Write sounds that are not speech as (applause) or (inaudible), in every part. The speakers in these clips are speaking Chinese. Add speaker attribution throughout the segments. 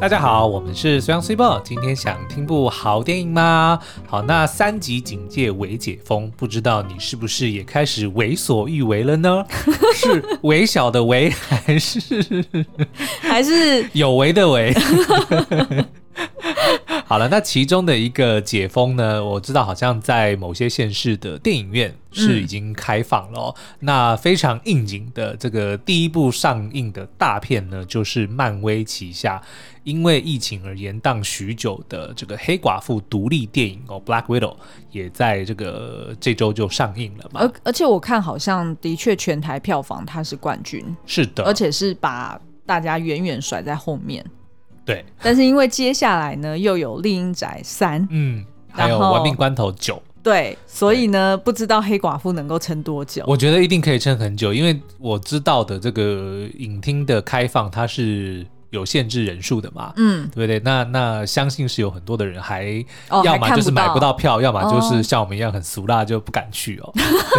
Speaker 1: 大家好，我们是随阳随报，今天想听部好电影吗？好，那三级警戒微解封，不知道你是不是也开始为所欲为了呢？是微小的为，还是
Speaker 2: (laughs) 还是
Speaker 1: 有为的为？ (laughs) 好了，那其中的一个解封呢，我知道好像在某些县市的电影院是已经开放了、哦。那非常应景的这个第一部上映的大片呢，就是漫威旗下因为疫情而延宕许久的这个黑寡妇独立电影哦，《Black Widow》也在这个这周就上映了嘛
Speaker 2: 而。而且我看好像的确全台票房它是冠军，
Speaker 1: 是的，
Speaker 2: 而且是把大家远远甩在后面。
Speaker 1: 对，
Speaker 2: 但是因为接下来呢又有《丽英宅三》，
Speaker 1: 嗯，还有
Speaker 2: 然
Speaker 1: 《
Speaker 2: 后
Speaker 1: 玩命关头九》。
Speaker 2: 对，所以呢不知道黑寡妇能够撑多久。
Speaker 1: 我觉得一定可以撑很久，因为我知道的这个影厅的开放，它是有限制人数的嘛，
Speaker 2: 嗯，
Speaker 1: 对不对？那那相信是有很多的人还，
Speaker 2: 哦，
Speaker 1: 要
Speaker 2: 还
Speaker 1: 么
Speaker 2: 看
Speaker 1: 就是买不到票，要么就是
Speaker 2: 哦
Speaker 1: 像我们一样很俗辣就不敢去
Speaker 2: (laughs)
Speaker 1: 哦。 (laughs)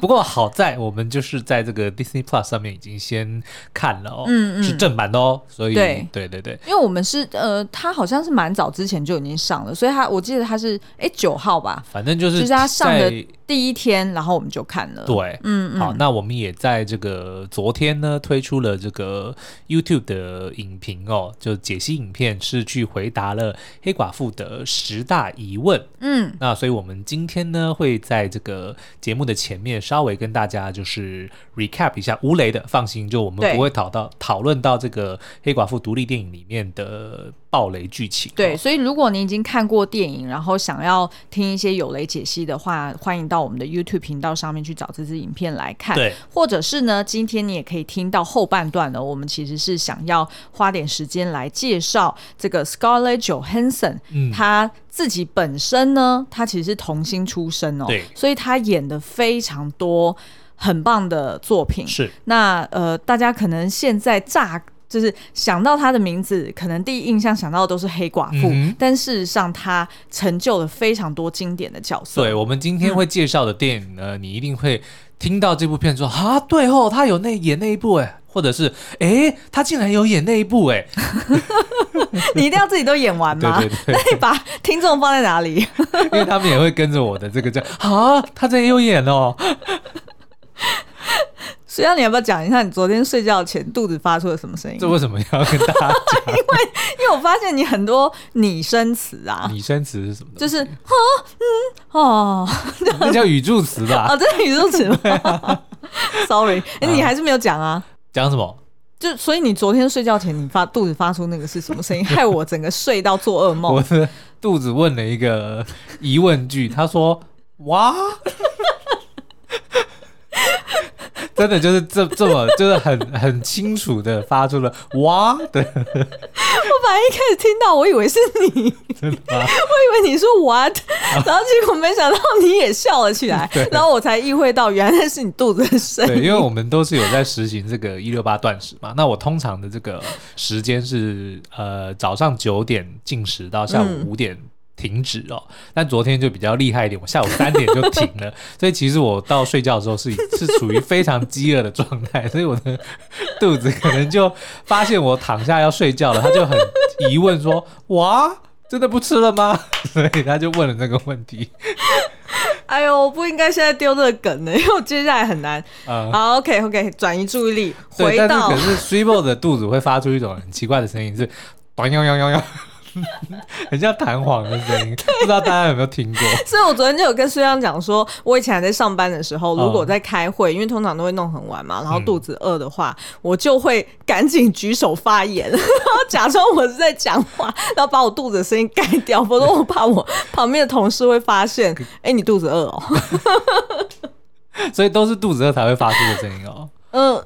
Speaker 1: 不过好在我们就是在这个 Disney Plus 上面已经先看了哦，
Speaker 2: 嗯嗯
Speaker 1: 是正版的哦，所以
Speaker 2: 对
Speaker 1: 对对对，
Speaker 2: 因为我们是呃，它好像是蛮早之前就已经上了，所以它我记得它是哎九号吧，
Speaker 1: 反正就是
Speaker 2: 就是它上的
Speaker 1: 在
Speaker 2: 第一天，然后我们就看了。，
Speaker 1: 对，
Speaker 2: 嗯嗯，
Speaker 1: 好，那我们也在这个昨天呢推出了这个 YouTube 的影评哦，就解析影片是去回答了黑寡妇的十大疑问。
Speaker 2: 嗯
Speaker 1: 那所以我们今天呢会在这个节目的前面稍微跟大家就是 recap 一下，无雷的，放心，就我们
Speaker 2: 对
Speaker 1: 不会讨到讨论到这个黑寡妇独立电影里面的暴雷剧情、哦
Speaker 2: 对，，所以如果你已经看过电影，然后想要听一些有雷解析的话，欢迎到我们的 YouTube 频道上面去找这支影片来看。
Speaker 1: 对，
Speaker 2: 或者是呢，今天你也可以听到后半段了。我们其实是想要花点时间来介绍这个 Scarlett Johansson，、
Speaker 1: 嗯
Speaker 2: 她自己本身呢，她其实是童星出身哦
Speaker 1: 对，
Speaker 2: 所以她演的非常多很棒的作品。
Speaker 1: 是
Speaker 2: 那呃，大家可能现在乍就是想到她的名字，可能第一印象想到的都是黑寡妇，
Speaker 1: 嗯哼
Speaker 2: 但事实上她成就了非常多经典的角色。
Speaker 1: 对，我们今天会介绍的电影呢，你一定会听到这部片说啊，对哦，他有那演那一部哎，或者是哎，他竟然有演那一部哎，
Speaker 2: 你一定要自己都演完吗？
Speaker 1: 对
Speaker 2: (laughs)
Speaker 1: 对
Speaker 2: 那你把听众放在哪里？
Speaker 1: 对，因为他们也会跟着我的这个叫啊，他这也有演哦， (laughs)
Speaker 2: 所以你要不要讲一下你昨天睡觉前肚子发出了什么声音？
Speaker 1: 这为什么要跟大家
Speaker 2: 因为我发现你很多拟声词啊
Speaker 1: 讲，拟声词是什么？
Speaker 2: (laughs) 就是哦，嗯，哦，
Speaker 1: 那叫语助词吧
Speaker 2: (laughs) 哦，？这是语助词
Speaker 1: (laughs) 啊
Speaker 2: 吗 (laughs) ？Sorry，哎你还是没有讲啊。
Speaker 1: 讲什么？
Speaker 2: 就所以你昨天睡觉前你发肚子发出那个是什么
Speaker 1: (laughs)
Speaker 2: 声音？害我整个睡到做噩
Speaker 1: 我
Speaker 2: 梦。
Speaker 1: 的肚子问了一个疑问句，他说哇。 (laughs) 真的就是这这么就是很很清楚的发出了哇的
Speaker 2: 我本来一开始听到，我以为是你，
Speaker 1: 真的吗？啊
Speaker 2: 我以为你说 what，然后结果没想到你也笑了起来
Speaker 1: (laughs) 对，
Speaker 2: 然后我才意会到原来是你肚子的声
Speaker 1: 对，
Speaker 2: 音。
Speaker 1: 因为我们都是有在实行这个一六八断食嘛。那我通常的这个时间是呃早上九点进食到下午
Speaker 2: 嗯
Speaker 1: 五点停止哦。但昨天就比较厉害一点，我下午三点就停了， (laughs) 所以其实我到睡觉的时候是是处于非常饥饿的状态，所以我的肚子可能就发现我躺下要睡觉了，他就很疑问说：“哇，真的不吃了吗？”所以他就问了这个问题。
Speaker 2: 哎呦，我不应该现在丢这个梗呢，因为我接下来很难。
Speaker 1: 呃，
Speaker 2: 好，OK OK，转移注意力，
Speaker 1: 对，
Speaker 2: 回
Speaker 1: 但是
Speaker 2: 到
Speaker 1: 可是 s i b o 的肚子会发出一种很奇怪的声音，是“咚咚咚咚 (laughs) 咚”，很像弹簧的声
Speaker 2: (laughs)
Speaker 1: 音，不知道大家有没有听过？
Speaker 2: 所以我昨天就有跟孙央讲说，我以前还在上班的时候，
Speaker 1: 嗯
Speaker 2: 如果在开会，因为通常都会弄很晚嘛，然后肚子饿的话，我就会赶紧举手发言， (laughs) 然后假装我是在讲话，然后把我肚子的声音盖掉，否则我怕我 (laughs) 旁边的同事会发现，哎、你肚子饿哦，
Speaker 1: 所以都是肚子饿才会发出的声音哦。
Speaker 2: 嗯，
Speaker 1: 哦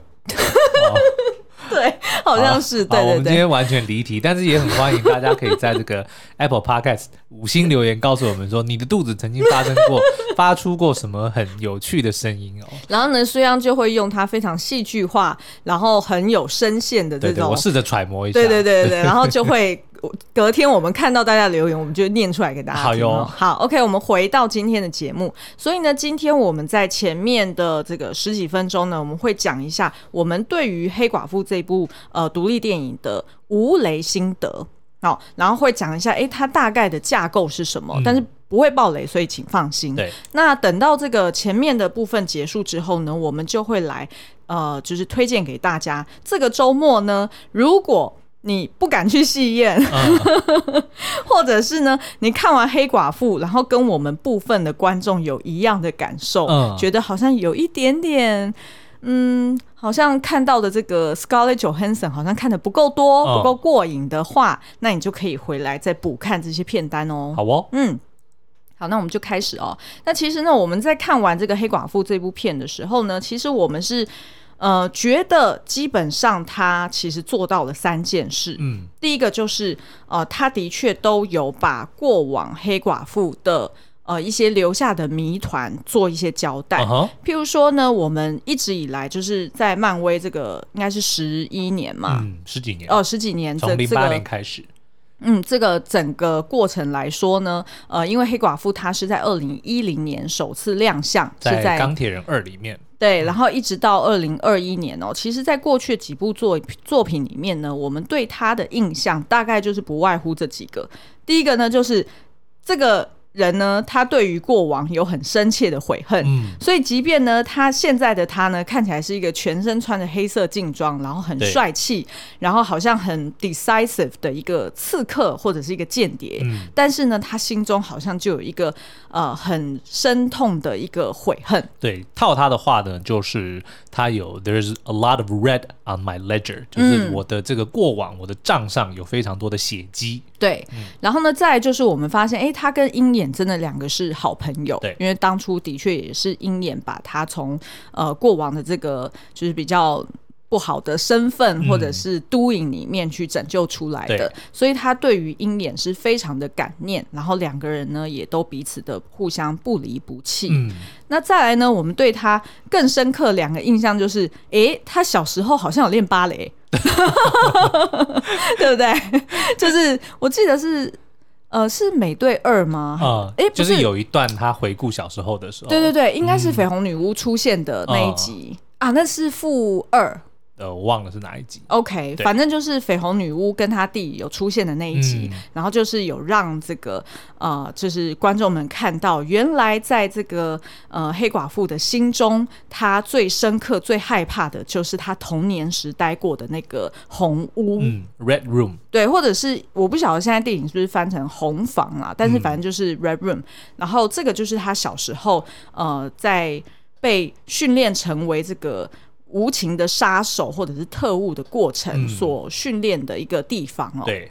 Speaker 2: (laughs) 对，好像是，
Speaker 1: 好好我
Speaker 2: 对对
Speaker 1: 们今
Speaker 2: 对。
Speaker 1: 天完全离题，但是也很欢迎大家可以在这
Speaker 2: (laughs)
Speaker 1: 个 Apple Podcast 五星留言告诉我们说，你的肚子曾经发生
Speaker 2: (laughs)
Speaker 1: 过发出过什么很有趣的声音哦。
Speaker 2: 然后呢，孙央就会用他非常戏剧化，然后很有声线的这
Speaker 1: 对对，
Speaker 2: 种
Speaker 1: 我试着揣摩一下。 (laughs)
Speaker 2: 对对对对，然后就会我隔天我们看到大家留言，我们就念出来给大家
Speaker 1: 好
Speaker 2: 听、哦
Speaker 1: 哟。
Speaker 2: 好，OK，我们回到今天的节目。所以呢，今天我们在前面的这个十几分钟呢，我们会讲一下我们对于《黑寡妇》这部呃独立电影的无雷心得。好，然后会讲一下，诶，它大概的架构是什么，
Speaker 1: 嗯
Speaker 2: 但是不会爆雷，所以请放心。 (laughs)
Speaker 1: 对，
Speaker 2: 那等到这个前面的部分结束之后呢，我们就会来呃，就是推荐给大家。这个周末呢，如果你不敢去戏院，
Speaker 1: 嗯，
Speaker 2: 或者是呢，你看完《黑寡妇》，然后跟我们部分的观众有一样的感受，
Speaker 1: 嗯
Speaker 2: 觉得好像有一点点，嗯，好像看到的这个 Scarlett Johansson 好像看的不够多、
Speaker 1: 嗯
Speaker 2: 不够过瘾的话，那你就可以回来再补看这些片单哦。
Speaker 1: 好哦，
Speaker 2: 嗯。好，那我们就开始哦。那其实呢，我们在看完这个《黑寡妇》这部片的时候呢，其实我们是呃觉得基本上他其实做到了三件事。
Speaker 1: 嗯
Speaker 2: 第一个就是呃，他的确都有把过往黑寡妇的呃一些留下的谜团做一些交代。
Speaker 1: 嗯哼，
Speaker 2: 譬如说呢，我们一直以来就是在漫威这个应该是十一年嘛，
Speaker 1: 嗯，十几年，
Speaker 2: 哦、十几年
Speaker 1: 从
Speaker 2: 的
Speaker 1: 零
Speaker 2: 这
Speaker 1: 八
Speaker 2: 个
Speaker 1: 年开始，
Speaker 2: 嗯，这个整个过程来说呢，呃，因为黑寡妇她是在二零一零年首次亮相，是
Speaker 1: 在《钢铁人二》里面，
Speaker 2: 对，然后一直到二零二一年哦，其实，在过去几部作作品里面呢，我们对他的印象大概就是不外乎这几个。第一个呢，就是这个人呢，他对于过往有很深切的悔恨。
Speaker 1: 嗯，
Speaker 2: 所以，即便呢，他现在的他呢，看起来是一个全身穿着黑色劲装，然后很
Speaker 1: 对
Speaker 2: 帅气，然后好像很 decisive 的一个刺客或者是一个间谍，
Speaker 1: 嗯
Speaker 2: 但是呢，他心中好像就有一个呃很深痛的一个悔恨。
Speaker 1: 对，套他的话呢，就是他有 there's a lot of red on my ledger，就是
Speaker 2: 嗯
Speaker 1: 我的这个过往，我的账上有非常多的血迹，
Speaker 2: 对，
Speaker 1: 嗯
Speaker 2: 然后呢，再来就是我们发现，哎，他跟鹰眼真的两个是好朋友，
Speaker 1: 对
Speaker 2: 因为当初的确也是鹰眼把他从呃过往的这个就是比较。不好的身份
Speaker 1: 嗯
Speaker 2: 或者是都影里面去拯救出来的，
Speaker 1: 对
Speaker 2: 所以他对于鹰眼是非常的感念，然后两个人呢也都彼此的互相不离不弃。
Speaker 1: 嗯，
Speaker 2: 那再来呢，我们对他更深刻两个印象就是，诶，他小时候好像有练芭蕾， (laughs) 对不对？就是我记得是，呃，是美队二吗？
Speaker 1: 啊、
Speaker 2: 哎诶不
Speaker 1: 就是是有一嗯段他回顾小时候的时候，
Speaker 2: 对对对，应该是绯红女巫出现的那一集、啊，那是负二。
Speaker 1: 呃，我忘了是哪一集，
Speaker 2: OK，
Speaker 1: 对
Speaker 2: 反正就是绯红女巫跟她弟有出现的那一集，
Speaker 1: 嗯
Speaker 2: 然后就是有让这个呃，就是观众们看到，原来在这个呃黑寡妇的心中，她最深刻、最害怕的就是她童年时待过的那个红屋，
Speaker 1: 嗯，Red Room，
Speaker 2: 对，或者是我不晓得现在电影是不是翻成红房啦，但是
Speaker 1: 嗯
Speaker 2: 反正就是 Red Room，、然后这个就是他小时候呃在被训练成为这个无情的杀手或者是特务的过程
Speaker 1: 嗯
Speaker 2: 所训练的一个地方哦。
Speaker 1: 对，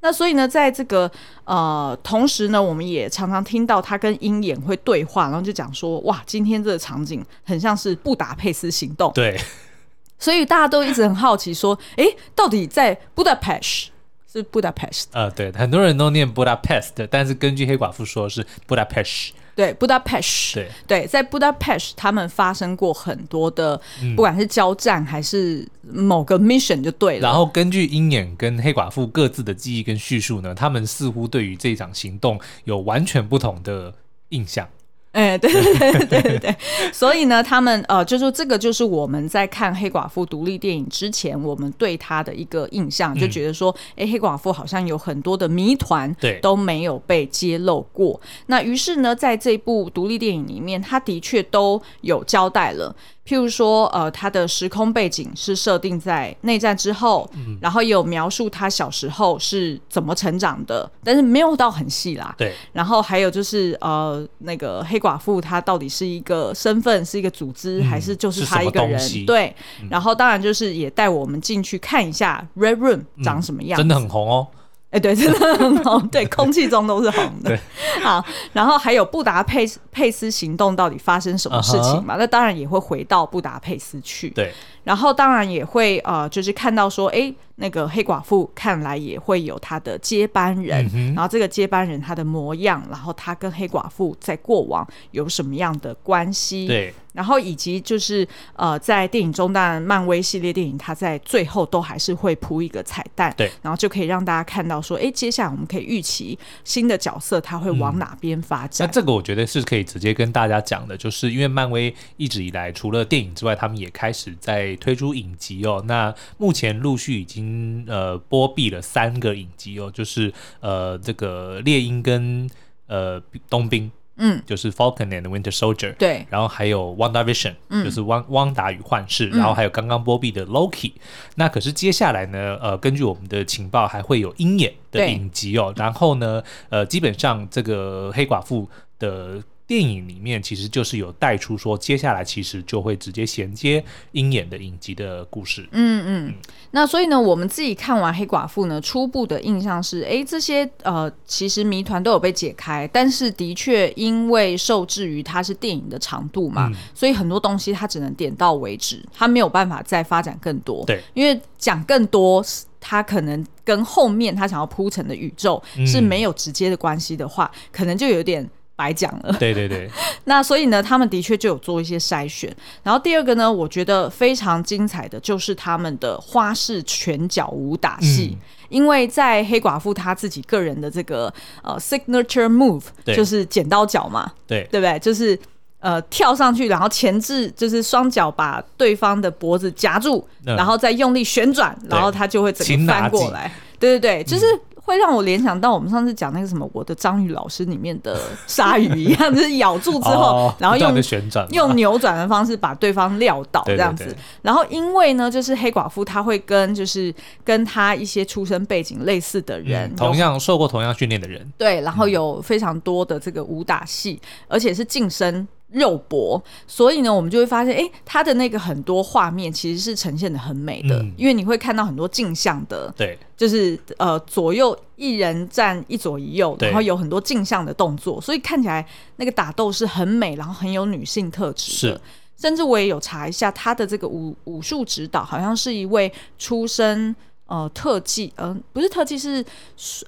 Speaker 2: 那所以呢，在这个呃，同时呢，我们也常常听到他跟鹰眼会对话，然后就讲说，哇，今天这个场景很像是布达佩斯行动，
Speaker 1: 对， (laughs)
Speaker 2: 所以大家都一直很好奇说，诶，到底在 Budapest 是 Budapest
Speaker 1: 呃，对，很多人都念 Budapest，但是根据黑寡妇说是 Budapest，
Speaker 2: 对 Budapest
Speaker 1: 对，
Speaker 2: 对，在 Budapest 他们发生过很多的，不管是交战还是某个 mission 就对了。
Speaker 1: 然后根据鹰眼跟黑寡妇各自的记忆跟叙述呢，他们似乎对于这一场行动有完全不同的印象。
Speaker 2: 哎，对对对对对对， (laughs) 所以呢，他们呃，就说这个就是我们在看《黑寡妇》独立电影之前，我们对她的一个印象，就觉得说，哎、黑寡妇好像有很多的谜团，
Speaker 1: 对
Speaker 2: 都没有被揭露过。那于是呢，在这部独立电影里面，他的确都有交代了。譬如说，呃，他的时空背景是设定在内战之后，然后也有描述他小时候是怎么成长的，但是没有到很细啦。
Speaker 1: 对，
Speaker 2: 然后还有就是呃，那个黑寡妇她到底是一个身份，是一个组织，
Speaker 1: 嗯
Speaker 2: 还是就是
Speaker 1: 是
Speaker 2: 她
Speaker 1: 什
Speaker 2: 一
Speaker 1: 么
Speaker 2: 个
Speaker 1: 东
Speaker 2: 人？
Speaker 1: 西嗯
Speaker 2: 对。然后当然就是也带我们进去看一下 Red Room 长
Speaker 1: 嗯
Speaker 2: 什么样，
Speaker 1: 真的很红哦。
Speaker 2: 哎、对，真的很红， (laughs) 对，空气中都是红的
Speaker 1: 对。
Speaker 2: 好，然后还有布达佩斯佩斯行动到底发生什么事情
Speaker 1: 嗯
Speaker 2: 嘛那当然也会回到布达佩斯去，
Speaker 1: 对，
Speaker 2: 然后当然也会呃，就是看到说，哎，那个黑寡妇看来也会有她的接班人，
Speaker 1: 嗯哼
Speaker 2: 然后这个接班人他的模样，然后他跟黑寡妇在过往有什么样的关系？
Speaker 1: 对，
Speaker 2: 然后以及就是呃，在电影中，当然漫威系列电影，它在最后都还是会铺一个彩蛋，
Speaker 1: 对，
Speaker 2: 然后就可以让大家看到说，哎，接下来我们可以预期新的角色他会往哪边
Speaker 1: 嗯
Speaker 2: 发
Speaker 1: 那
Speaker 2: 展。
Speaker 1: 这个我觉得是可以直接跟大家讲的，就是因为漫威一直以来除了电影之外，他们也开始在推出影集哦。那目前陆续已经呃播毕了三个影集哦，就是呃这个猎鹰跟呃冬兵，
Speaker 2: 嗯，
Speaker 1: 就是 Falcon and the Winter Soldier，
Speaker 2: 对，
Speaker 1: 然后还有 WandaVision，、就是
Speaker 2: 嗯
Speaker 1: 汪汪达与幻视，然后还有刚刚波比的 Loki、那可是接下来呢，呃，根据我们的情报，还会有鹰眼的
Speaker 2: 对
Speaker 1: 影集哦。然后呢，呃，基本上这个黑寡妇的。电影里面其实就是有带出说，接下来其实就会直接衔接鹰眼的影集的故事。
Speaker 2: 嗯嗯。那所以呢，我们自己看完《黑寡妇》呢，初步的印象是，哎，这些呃，其实谜团都有被解开，但是的确因为受制于它是电影的长度嘛，
Speaker 1: 嗯
Speaker 2: 所以很多东西它只能点到为止，它没有办法再发展更多。
Speaker 1: 对，
Speaker 2: 因为讲更多是。它可能跟后面它想要铺陈的宇宙
Speaker 1: 嗯
Speaker 2: 是没有直接的关系的话，可能就有点白讲了。
Speaker 1: 对对对，
Speaker 2: 那所以呢，他们的确就有做一些筛选。然后第二个呢，我觉得非常精彩的就是他们的花式拳脚武打戏。
Speaker 1: 嗯
Speaker 2: 因为在黑寡妇她自己个人的这个呃 signature move
Speaker 1: 对
Speaker 2: 就是剪刀脚嘛， (laughs)
Speaker 1: 对
Speaker 2: 对不对？就是呃跳上去，然后前置就是双脚把对方的脖子夹住，
Speaker 1: 嗯
Speaker 2: 然后再用力旋转，然后他就会整
Speaker 1: 擒
Speaker 2: 个
Speaker 1: 拿嗯
Speaker 2: 翻过
Speaker 1: 技
Speaker 2: 来。对对对，就是会让我联想到我们上次讲那个什么《我的章鱼老师》里面的鲨鱼一样，就是咬住之后，
Speaker 1: (laughs) 哦
Speaker 2: 然后
Speaker 1: 不断
Speaker 2: 用
Speaker 1: 地旋转嘛，
Speaker 2: 用扭转的方式把对方撂倒
Speaker 1: 对
Speaker 2: 这
Speaker 1: 对
Speaker 2: 样子。
Speaker 1: 对
Speaker 2: 然后因为呢，就是黑寡妇她会跟就是跟她一些出身背景类似的人，
Speaker 1: 嗯
Speaker 2: 有
Speaker 1: 同样受过同样训练的人，
Speaker 2: 对，
Speaker 1: 嗯
Speaker 2: 然后有非常多的这个武打戏，而且是近身肉搏，所以呢，我们就会发现，哎，它的那个很多画面其实是呈现的很美的，
Speaker 1: 嗯
Speaker 2: 因为你会看到很多镜像的，
Speaker 1: 对
Speaker 2: 就是呃左右一人站一左一右，
Speaker 1: 对
Speaker 2: 然后有很多镜像的动作，所以看起来那个打斗是很美，然后很有女性特质的
Speaker 1: 是。
Speaker 2: 甚至我也有查一下，他的这个武武术指导好像是一位出身呃特技，呃不是特技是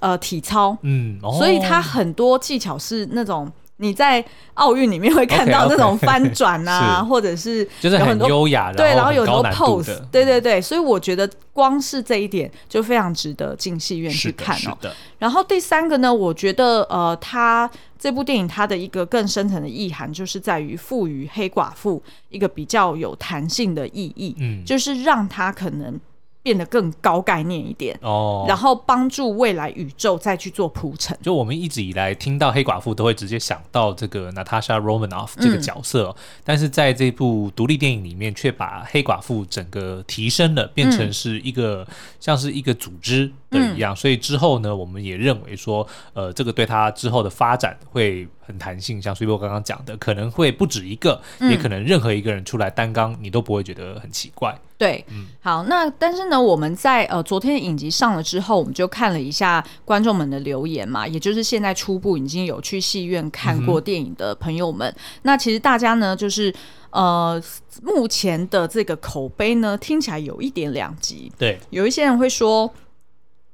Speaker 2: 呃体操，
Speaker 1: 嗯，哦
Speaker 2: 所以它很多技巧是那种你在奥运里面会看到
Speaker 1: OK，OK
Speaker 2: 那种翻转啊，
Speaker 1: (laughs) 是
Speaker 2: 或者是
Speaker 1: 就是
Speaker 2: 有
Speaker 1: 很
Speaker 2: 很多
Speaker 1: 优雅，
Speaker 2: 对，然后有
Speaker 1: 很
Speaker 2: 很
Speaker 1: 高
Speaker 2: 多
Speaker 1: 难度
Speaker 2: pose，
Speaker 1: 的，嗯
Speaker 2: 对对对，所以我觉得光是这一点就非常值得进戏院去
Speaker 1: 是的
Speaker 2: 看
Speaker 1: 是
Speaker 2: 哦。
Speaker 1: 的，
Speaker 2: 然后第三个呢，我觉得呃，它这部电影它的一个更深层的意涵，就是在于赋予黑寡妇一个比较有弹性的意义，
Speaker 1: 嗯，
Speaker 2: 就是让它可能变得更高概念一点，
Speaker 1: 哦，
Speaker 2: 然后帮助未来宇宙再去做铺陈。
Speaker 1: 就我们一直以来听到黑寡妇，都会直接想到这个 Natasha Romanoff 这
Speaker 2: 嗯
Speaker 1: 个角色哦、但是在这部独立电影里面，却把黑寡妇整个提升了，变成是一个、像是一个组织的
Speaker 2: 嗯
Speaker 1: 一样。所以之后呢，我们也认为说，呃，这个对她之后的发展会很弹性，像苏波刚刚讲的，可能会不止一个，
Speaker 2: 嗯
Speaker 1: 也可能任何一个人出来担纲，你都不会觉得很奇怪。
Speaker 2: 对，
Speaker 1: 嗯
Speaker 2: 好，那但是呢，我们在呃昨天的影集上了之后，我们就看了一下观众们的留言嘛，也就是现在初步已经有去戏院看过电影的朋友们，那其实大家呢就是呃目前的这个口碑呢，听起来有一点两极，
Speaker 1: 对，
Speaker 2: 有一些人会说。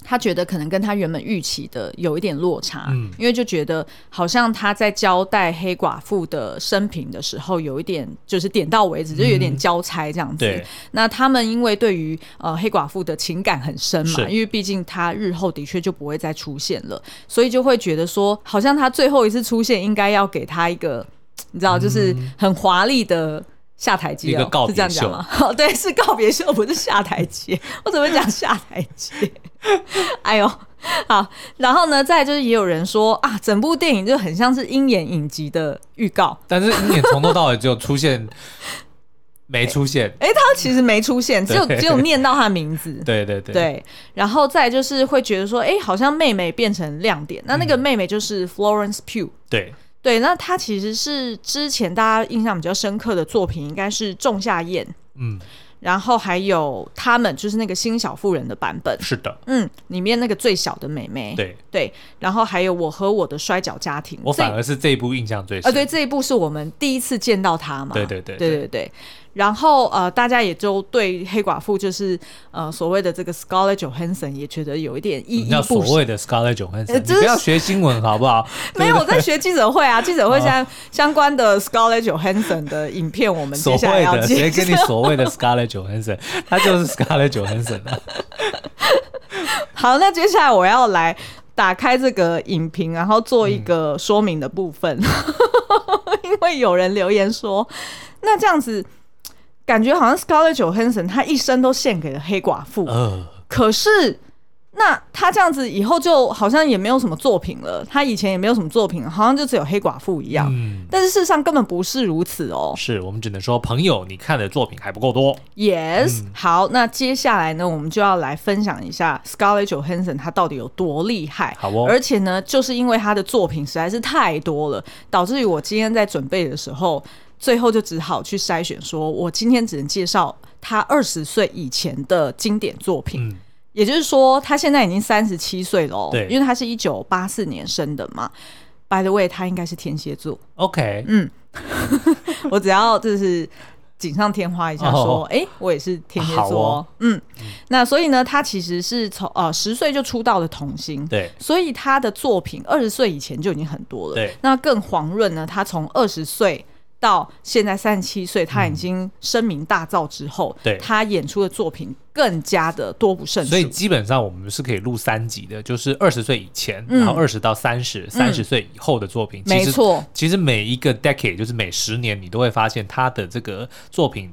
Speaker 2: 他觉得可能跟他原本预期的有一点落差，
Speaker 1: 嗯
Speaker 2: 因为就觉得好像他在交代黑寡妇的生平的时候，有一点就是点到为止，就有点交差这样
Speaker 1: 嗯
Speaker 2: 子。
Speaker 1: 对，
Speaker 2: 那他们因为对于呃黑寡妇的情感很深嘛
Speaker 1: 是，
Speaker 2: 因为毕竟她日后的确就不会再出现了，所以就会觉得说，好像她最后一次出现应该要给她一个，你知道，就是很华丽的。下台阶、
Speaker 1: 嗯一个告
Speaker 2: 哦，
Speaker 1: 别
Speaker 2: 是这样讲吗？ (laughs) 哦，对，是告别秀，不是下台阶。 (laughs) 我怎么讲下台阶？哎呦，好，然后呢，再来就是也有人说啊，整部电影就很像是鹰眼影集的预告，
Speaker 1: 但是鹰眼从头到尾只有出
Speaker 2: (laughs)
Speaker 1: 现，没出现。
Speaker 2: 哎、他其实没出现，只有
Speaker 1: 对
Speaker 2: 只有念到他的名字，
Speaker 1: 对对对，
Speaker 2: 对，然后再来就是会觉得说，哎，好像妹妹变成亮点。那那
Speaker 1: 嗯
Speaker 2: 个妹妹就是 Florence Pugh，、
Speaker 1: 对
Speaker 2: 对，那她其实是之前大家印象比较深刻的作品，应该是《仲夏夜》，
Speaker 1: 嗯，
Speaker 2: 然后还有他们就是那个新小妇人的版本，
Speaker 1: 是的，
Speaker 2: 嗯，里面那个最小的妹妹，
Speaker 1: 对。
Speaker 2: 然后还有我和我的摔跤家庭，
Speaker 1: 我
Speaker 2: 这呃哦
Speaker 1: 反而是这一部印象最深。
Speaker 2: 啊，对，这一部是我们第一次见到他嘛？
Speaker 1: 对对对
Speaker 2: 对
Speaker 1: 对
Speaker 2: 对对然后呃，大家也就对黑寡妇就是呃所谓的这个 Scarlett Johansson 也觉得有一点依
Speaker 1: 你
Speaker 2: 依
Speaker 1: 叫嗯所
Speaker 2: 不舍。
Speaker 1: 谓的 Scarlett Johansson，、
Speaker 2: 呃
Speaker 1: 你
Speaker 2: 这是
Speaker 1: 不要学新闻好不好？
Speaker 2: 没有，我在学记者会啊，记
Speaker 1: (laughs)
Speaker 2: 者
Speaker 1: 哦
Speaker 2: 会现在相关的 Scarlett Johansson 的影片，我们
Speaker 1: 所
Speaker 2: (laughs) 接下来
Speaker 1: 谓
Speaker 2: 要
Speaker 1: 的
Speaker 2: 接
Speaker 1: 谁跟你所谓的 Scarlett Johansson，他就是 Scarlett Johansson 啊。
Speaker 2: (laughs) 好，那接下来我要来打开这个影评，然后做一
Speaker 1: 嗯
Speaker 2: 个说明的部分， (laughs) 因为有人留言说，那这样子感觉好像 Scarlett Johansson 她一生都献给了黑寡妇，
Speaker 1: (laughs) 呃，
Speaker 2: 可是。那她这样子以后就好像也没有什么作品了，她以前也没有什么作品，好像就只有黑寡妇一样。
Speaker 1: 嗯，
Speaker 2: 但是事实上根本不是如此哦。
Speaker 1: 是我们只能说朋友，你看的作品还不够多。嗯
Speaker 2: Yes，、好，那接下来呢，我们就要来分享一下 Scarlett Johansson 她到底有多厉害。
Speaker 1: 好哦
Speaker 2: 而且呢，就是因为她的作品实在是太多了，导致于我今天在准备的时候，最后就只好去筛选说，我今天只能介绍她二十岁以前的经典作品。
Speaker 1: 嗯，
Speaker 2: 也就是说，她现在已经三十七岁了哦
Speaker 1: 对，
Speaker 2: 因为她是一九八四年生的嘛。By the way，她应该是天
Speaker 1: (laughs)
Speaker 2: 蝎座。
Speaker 1: OK，
Speaker 2: 嗯我只要就是锦上添花一下说
Speaker 1: 哦，
Speaker 2: 哎、我也是天蝎
Speaker 1: 好
Speaker 2: 座、
Speaker 1: 哦
Speaker 2: 嗯，那所以呢，他其实是从呃十岁就出道的童星，
Speaker 1: 对，
Speaker 2: 所以他的作品二十岁以前就已经很多了，
Speaker 1: 对
Speaker 2: 那更黄润呢，他从二十岁。到现在三十七岁，他已经声名大噪之后，
Speaker 1: 对
Speaker 2: 他演出的作品更加的多不胜数。
Speaker 1: 所以基本上我们是可以录三集的，就是二十岁以前，
Speaker 2: 嗯
Speaker 1: 然后二十到三十、三十岁以后的作品。其
Speaker 2: 没
Speaker 1: 实
Speaker 2: 错，
Speaker 1: 其实每一个 decade，就是每十年，你都会发现他的这个作品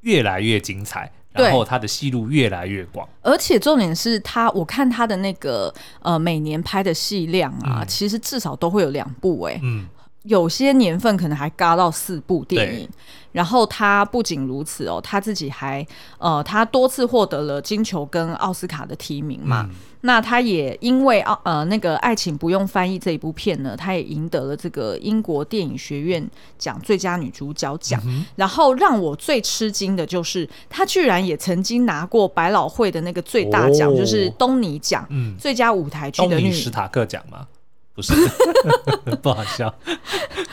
Speaker 1: 越来越精彩，
Speaker 2: 对
Speaker 1: 然后他的戏路越来越广。
Speaker 2: 而且重点是他，我看他的那个呃每年拍的戏量啊，
Speaker 1: 嗯
Speaker 2: 其实至少都会有两部哎、
Speaker 1: 嗯，
Speaker 2: 有些年份可能还嘎到四部电影
Speaker 1: 对。
Speaker 2: 然后他不仅如此哦，他自己还呃，他多次获得了金球跟奥斯卡的提名嘛。
Speaker 1: 嗯
Speaker 2: 那他也因为奥呃那个《爱情不用翻译》这一部片呢，他也赢得了这个英国电影学院奖最佳女主角奖。
Speaker 1: 嗯
Speaker 2: 然后让我最吃惊的就是，他居然也曾经拿过百老汇的那个最大奖，
Speaker 1: 哦
Speaker 2: 就是东尼奖、
Speaker 1: 嗯
Speaker 2: 最佳舞台剧
Speaker 1: 东
Speaker 2: 的
Speaker 1: 尼
Speaker 2: 女。
Speaker 1: 史塔克奖
Speaker 2: (laughs)
Speaker 1: 吗？不是， (laughs) 不好笑。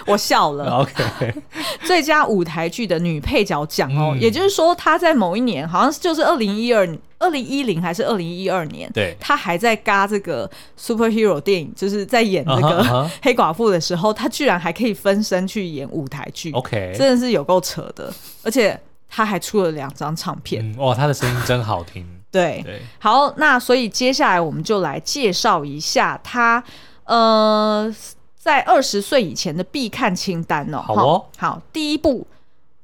Speaker 2: 我笑
Speaker 1: (laughs)
Speaker 2: 了。 (laughs)
Speaker 1: OK，
Speaker 2: 最佳舞台剧的女配角奖哦，
Speaker 1: 嗯
Speaker 2: 也就是说，她在某一年，好像就是二零一二、二零一零还是二零一二年，
Speaker 1: 对
Speaker 2: 她还在嘎这个 superhero 电影，就是在演这
Speaker 1: 啊哈啊
Speaker 2: 个
Speaker 1: 哈
Speaker 2: (laughs) 黑寡妇的时候，她居然还可以分身去演舞台剧
Speaker 1: ，OK。
Speaker 2: 真的是有够扯的，而且她还出了两张唱片，
Speaker 1: 嗯，哇，他的声音真好听。
Speaker 2: 对。
Speaker 1: 对，
Speaker 2: 好，那所以接下来我们就来介绍一下他，呃，在二十岁以前的必看清单哦。
Speaker 1: 好哦
Speaker 2: 好，好第一部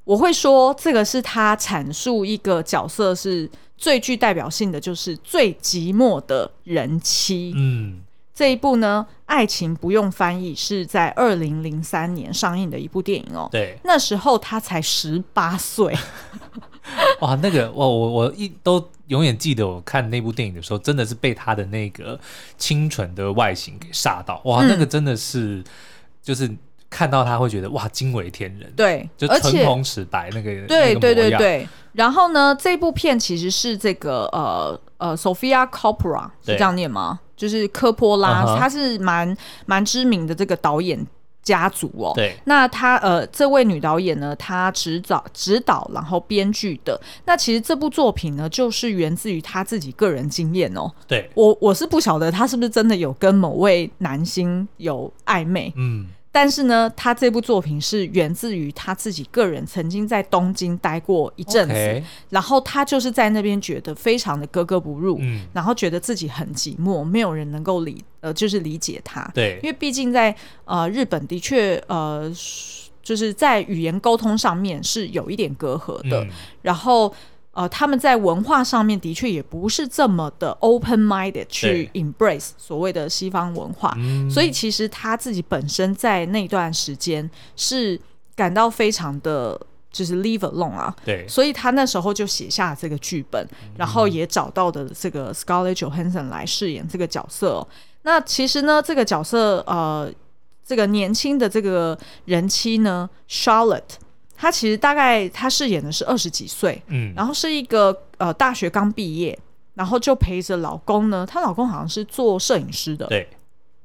Speaker 2: 我会说这个是他阐述一个角色是最具代表性的，就是最寂寞的人妻。
Speaker 1: 嗯，
Speaker 2: 这一部呢，《爱情不用翻译》是在二零零三年上映的一部电影哦。
Speaker 1: 对，
Speaker 2: 那时候他才十八岁，
Speaker 1: 哇，那个，哇，我我一都永远记得，我看那部电影的时候，真的是被他的那个清纯的外形给吓到，哇，那个
Speaker 2: 嗯
Speaker 1: 真的是，就是看到他会觉得哇，惊为天人，，
Speaker 2: 对，
Speaker 1: 就
Speaker 2: 而
Speaker 1: 唇
Speaker 2: 且
Speaker 1: 红齿白那个，
Speaker 2: 对
Speaker 1: 那个
Speaker 2: 对对
Speaker 1: 模样，
Speaker 2: 对。然后呢，这部片其实是这个呃呃，Sophia Coppola 是
Speaker 1: 对
Speaker 2: 这样念吗？就是科波拉
Speaker 1: 嗯哼
Speaker 2: 她是蛮蛮知名的这个导演家族哦。
Speaker 1: 对
Speaker 2: 那她呃，这位女导演呢，她执导、指导，然后编剧的。那其实这部作品呢，就是源自于她自己个人经验哦。
Speaker 1: 对，
Speaker 2: 我我是不晓得她是不是真的有跟某位男星有暧昧，
Speaker 1: 嗯，
Speaker 2: 但是呢，他这部作品是源自于他自己个人曾经在东京待过一阵子
Speaker 1: OK
Speaker 2: 然后他就是在那边觉得非常的格格不入，
Speaker 1: 嗯
Speaker 2: 然后觉得自己很寂寞，没有人能够理呃，就是理解他。
Speaker 1: 对
Speaker 2: (laughs) 因为毕竟在呃日本的确呃，就是在语言沟通上面是有一点隔阂的，
Speaker 1: 嗯
Speaker 2: 然后呃，他们在文化上面的确也不是这么的 open minded 去 embrace 所谓的西方文化，
Speaker 1: 嗯
Speaker 2: 所以其实他自己本身在那段时间是感到非常的就是 leave alone 啊。
Speaker 1: 对，嗯
Speaker 2: 所以他那时候就写下这个剧本，然后也找到的这个 Scarlett Johansson 来饰演这个角色哦、那其实呢，这个角色呃，这个年轻的这个人妻呢，Charlotte，她其实大概她饰演的是二十几岁，
Speaker 1: 嗯，
Speaker 2: 然后是一个呃大学刚毕业，然后就陪着老公呢，她老公好像是做摄影师的，
Speaker 1: 对，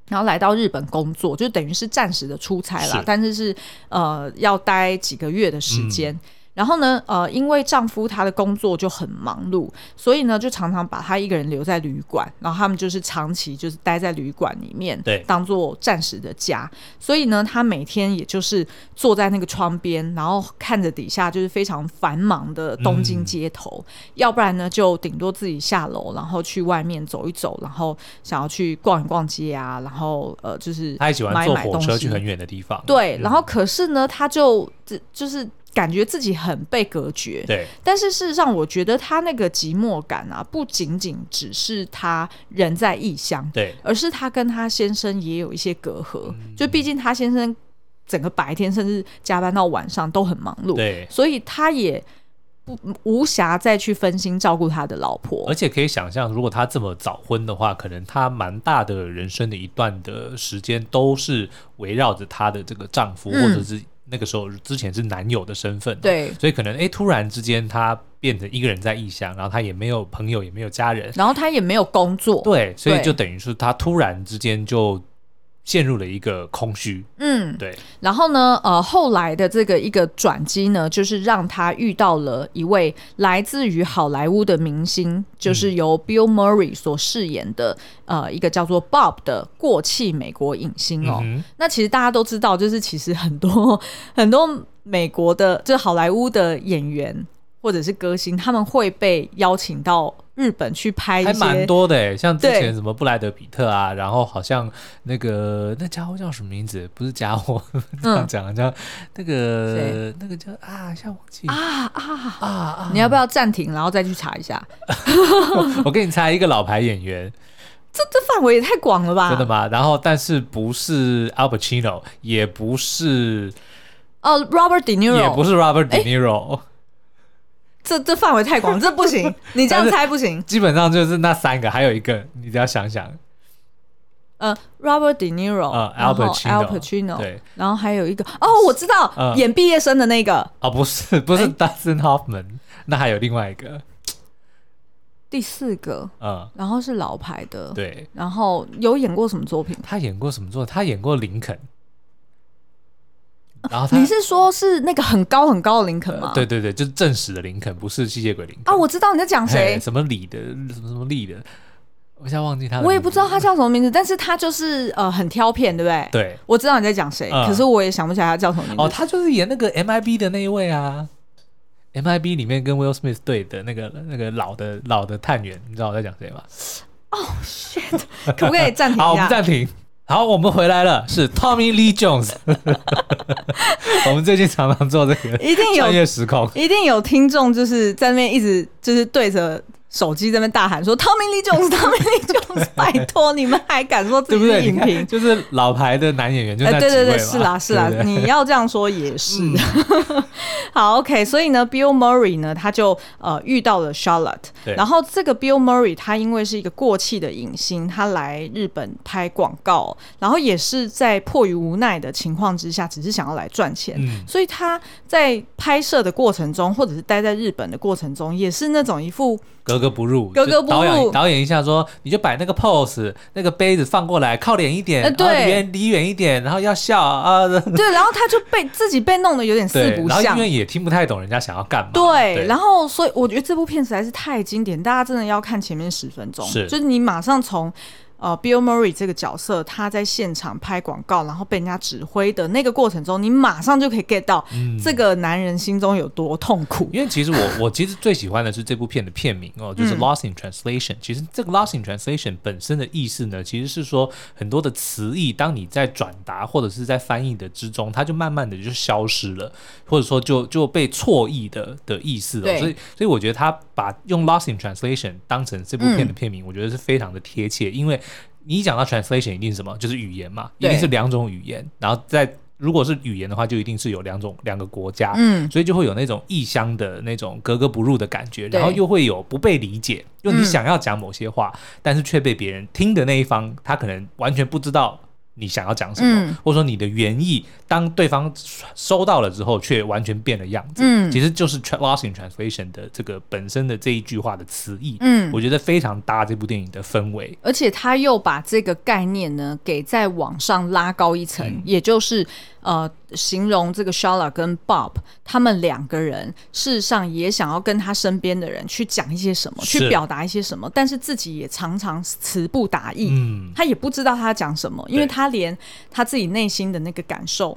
Speaker 2: 然后来到日本工作，就等于是暂时的出差啦
Speaker 1: 是，
Speaker 2: 但是是呃要待几个月的时间。然后呢，呃，因为丈夫他的工作就很忙碌，所以呢，就常常把她一个人留在旅馆，然后他们就是长期就是待在旅馆里面，
Speaker 1: 对
Speaker 2: 当做暂时的家。所以呢，她每天也就是坐在那个窗边，然后看着底下就是非常繁忙的东京街头，要不然呢，就顶多自己下楼，然后去外面走一走，然后想要去逛一逛街啊，然后呃，就是
Speaker 1: 他也喜欢
Speaker 2: 买
Speaker 1: 坐
Speaker 2: 买
Speaker 1: 火
Speaker 2: 东
Speaker 1: 车
Speaker 2: 西
Speaker 1: 去很远的地方。
Speaker 2: 对，然
Speaker 1: 后
Speaker 2: 后可是呢，他就这就是感觉自己很被隔绝。
Speaker 1: 对，
Speaker 2: 但是事实上，我觉得他那个寂寞感啊，不仅仅只是他人在异乡，
Speaker 1: 对，
Speaker 2: 而是他跟他先生也有一些隔阂。
Speaker 1: 嗯
Speaker 2: 就毕竟他先生整个白天甚至加班到晚上都很忙碌，
Speaker 1: 对，
Speaker 2: 所以他也不无暇再去分心照顾他的老婆
Speaker 1: 而。且可以想象，如果他这么早婚的话，可能他蛮大的人生的一段的时间都是围绕着她的这个丈夫，
Speaker 2: 嗯
Speaker 1: 或者是那个时候之前是男友的身份。，
Speaker 2: 对，
Speaker 1: 所以可能诶，突然之间她变成一个人在异乡，然后她也没有朋友，也没有家人，
Speaker 2: 然后他也没有工作。
Speaker 1: 对，所以
Speaker 2: 对
Speaker 1: 就等于是她突然之间就陷入了一个空虚。
Speaker 2: 嗯，
Speaker 1: 对，
Speaker 2: 然后呢，呃，后来的这个一个转机呢，就是让他遇到了一位来自于好莱坞的明星，
Speaker 1: 嗯
Speaker 2: 就是由 Bill Murray 所饰演的，呃，一个叫做 Bob 的过气美国影星哦。
Speaker 1: 嗯哼，
Speaker 2: 那其实大家都知道，就是其实很多 (laughs) 很多美国的，就是好莱坞的演员或者是歌星，他们会被邀请到日本去拍一
Speaker 1: 还
Speaker 2: 些
Speaker 1: 蛮多的诶，像之
Speaker 2: 对
Speaker 1: 前什么布莱德比特啊，然后好像那个那家伙叫什么名字？不是家伙， (laughs) 这样讲好像那个
Speaker 2: 嗯谁
Speaker 1: 那个叫啊，像忘记啊
Speaker 2: 啊啊！
Speaker 1: 啊，
Speaker 2: (laughs) 你要不要暂停，然后再去查一下？
Speaker 1: 我给你猜一个老牌演员，
Speaker 2: 这范围也太广了吧？
Speaker 1: 真的吗？然后但是不是 Al Pacino，也不是
Speaker 2: 哦，Robert De Niro
Speaker 1: 也不是 Robert De Niro，
Speaker 2: 这这范围太广，这
Speaker 1: (laughs)
Speaker 2: 不行，你这样猜不行。
Speaker 1: 基本上就是那三个，还有一个你只要想想
Speaker 2: 呃，Robert De Niro，
Speaker 1: 啊
Speaker 2: 哦然后
Speaker 1: Al
Speaker 2: Al
Speaker 1: Pacino，
Speaker 2: Pacino，
Speaker 1: 对，
Speaker 2: 然后还有一个哦，我知道，
Speaker 1: 嗯
Speaker 2: 演毕业生的那个
Speaker 1: 啊，不是不是 Dustin Hoffman，那还有另外一个，
Speaker 2: 第四个，
Speaker 1: 嗯，
Speaker 2: 然后是老牌的，，
Speaker 1: 对。
Speaker 2: 然后有演过什么作品？
Speaker 1: 他演过什么作？他演过林肯，然后他、
Speaker 2: 哦你是说是那个很高很高的林肯吗？
Speaker 1: 对对对，就是正史的林肯，不是吸血鬼林肯
Speaker 2: 啊，我知道你在讲
Speaker 1: 嘿
Speaker 2: 谁，
Speaker 1: 什么李的，什么什么利的，我现在忘记他的，
Speaker 2: 我也不知道。他叫什么名字，但是他就是呃很挑片，对不对？
Speaker 1: 对，
Speaker 2: 我知道你在讲谁，
Speaker 1: 嗯
Speaker 2: 可是我也想不起来他叫什么名字。 (laughs)
Speaker 1: 哦，他就是演那个 MIB 的那一位啊，MIB 里面跟 Will Smith 对的那个那个老的老的探员，你知道我在讲谁吗？
Speaker 2: 可不可以暂停
Speaker 1: (laughs) 好，
Speaker 2: 一
Speaker 1: 我们
Speaker 2: 下？
Speaker 1: 暂停。好，我们回来了，是 Tommy Lee
Speaker 2: (laughs)
Speaker 1: Jones。我们最近常常做这个
Speaker 2: 一定有
Speaker 1: 穿越时空，
Speaker 2: 一定有听众就是在那边一直就是对着手机在那边大喊说 “Tommy Lee Jones，Tommy Lee
Speaker 1: (laughs)
Speaker 2: Jones”，拜托你们还敢说
Speaker 1: 对
Speaker 2: 自
Speaker 1: 不
Speaker 2: 己是
Speaker 1: 对？
Speaker 2: (laughs)
Speaker 1: 你
Speaker 2: 影
Speaker 1: 看，
Speaker 2: 评？
Speaker 1: 就是老牌的男演员就
Speaker 2: 哎、
Speaker 1: 在
Speaker 2: 对对
Speaker 1: 几位嘛
Speaker 2: 对，是
Speaker 1: (laughs)
Speaker 2: 啦是啦
Speaker 1: 对，嗯不对
Speaker 2: 你要这样说也是。 (laughs) 好，OK，所以呢，Bill Murray 呢，他就呃遇到了 Charlotte，
Speaker 1: 对
Speaker 2: 然后这个 Bill Murray 他因为是一个过气的影星，他来日本拍广告，然后也是在迫于无奈的情况之下，只是想要来赚钱，
Speaker 1: 嗯
Speaker 2: 所以他在拍摄的过程中，或者是待在日本的过程中，也是那种一副
Speaker 1: 格格不入，
Speaker 2: 格格不
Speaker 1: 就
Speaker 2: 入
Speaker 1: 导演导演一下说，你就摆那个 pose，那个杯子放过来，靠脸一点，
Speaker 2: 呃对
Speaker 1: 然后离远离远一点，然后要笑啊， (laughs)
Speaker 2: 对，然后他就被自己被弄得有点四
Speaker 1: 对，
Speaker 2: 不
Speaker 1: 然后
Speaker 2: 像
Speaker 1: 因。为也听不太懂人家想要干嘛，
Speaker 2: 对，然
Speaker 1: 后
Speaker 2: 后所以我觉得这部片实在是太经典，大家真的要看前面十分钟，
Speaker 1: 是
Speaker 2: 就是你马上从呃 Bill Murray 这个角色他在现场拍广告，然后被人家指挥的那个过程中，你马上就可以 get 到这个男人心中有多痛苦。
Speaker 1: 嗯因为其实我我其实最喜欢的是这部片的片名哦，
Speaker 2: 嗯
Speaker 1: 就是《Lost in Translation》。其实这个《Lost in Translation》本身的意思呢，其实是说很多的词义，当你在转达或者是在翻译的之中，它就慢慢的就消失了，或者说就就被错译的的意思哦。
Speaker 2: 对
Speaker 1: 所以所以我觉得他把用《Lost in Translation》当成这部片的
Speaker 2: 嗯
Speaker 1: 片名，我觉得是非常的贴切，因为你一讲到 translation，一定是什么？就是语言嘛，一
Speaker 2: 对
Speaker 1: 定是两种语言，然后在。如果是语言的话，就一定是有两种两个国家，
Speaker 2: 嗯
Speaker 1: 所以就会有那种异乡的那种格格不入的感觉，
Speaker 2: 对
Speaker 1: 然后又会有不被理解，就你
Speaker 2: 嗯
Speaker 1: 想要讲某些话，但是却被别人听的那一方，他可能完全不知道你想要讲什么，
Speaker 2: 嗯
Speaker 1: 或者说你的原意，当对方收到了之后，却完全变了样子。
Speaker 2: 嗯
Speaker 1: 其实就是 tra- lost in translation 的这个本身的这一句话的词义，
Speaker 2: 嗯，
Speaker 1: 我觉得非常搭这部电影的氛围。嗯
Speaker 2: 而且他又把这个概念呢给再往上拉高一层，也就是呃形容这个 Shala 跟 Bob 他们两个人，事实上也想要跟他身边的人去讲一些什么，
Speaker 1: 是
Speaker 2: 去表达一些什么，但是自己也常常词不达意，
Speaker 1: 嗯
Speaker 2: 他也不知道他讲什么，因为
Speaker 1: 对
Speaker 2: 他连他自己内心的那个感受。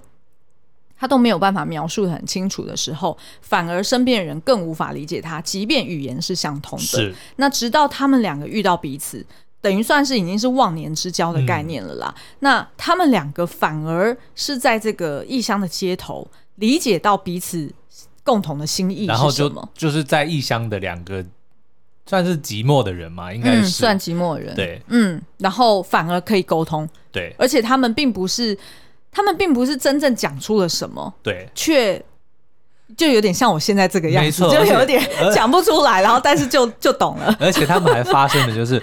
Speaker 2: 他都没有办法描述的很清楚的时候，反而身边的人更无法理解他，即便语言是相通的。
Speaker 1: 是
Speaker 2: 那直到他们两个遇到彼此，等于算是已经是忘年之交的概念了啦。
Speaker 1: 嗯
Speaker 2: 那他们两个反而是在这个异乡的街头理解到彼此共同的心意
Speaker 1: 然后
Speaker 2: 是
Speaker 1: 就
Speaker 2: 什么。
Speaker 1: 就是在异乡的两个算是寂寞的人嘛，应该
Speaker 2: 嗯，
Speaker 1: 是、
Speaker 2: 算寂寞的人。，
Speaker 1: 对
Speaker 2: 嗯，然后反而可以沟通，
Speaker 1: 对
Speaker 2: 而且他们并不是，他们并不是真正讲出了什么，
Speaker 1: 对，
Speaker 2: 却就有点像我现在这个样
Speaker 1: 没
Speaker 2: 子，
Speaker 1: 错
Speaker 2: 就
Speaker 1: 而且呃
Speaker 2: 有点
Speaker 1: 而
Speaker 2: 讲不出来，然后但是就就懂
Speaker 1: (laughs)
Speaker 2: (laughs) 了。
Speaker 1: 而且他们还发生的就是。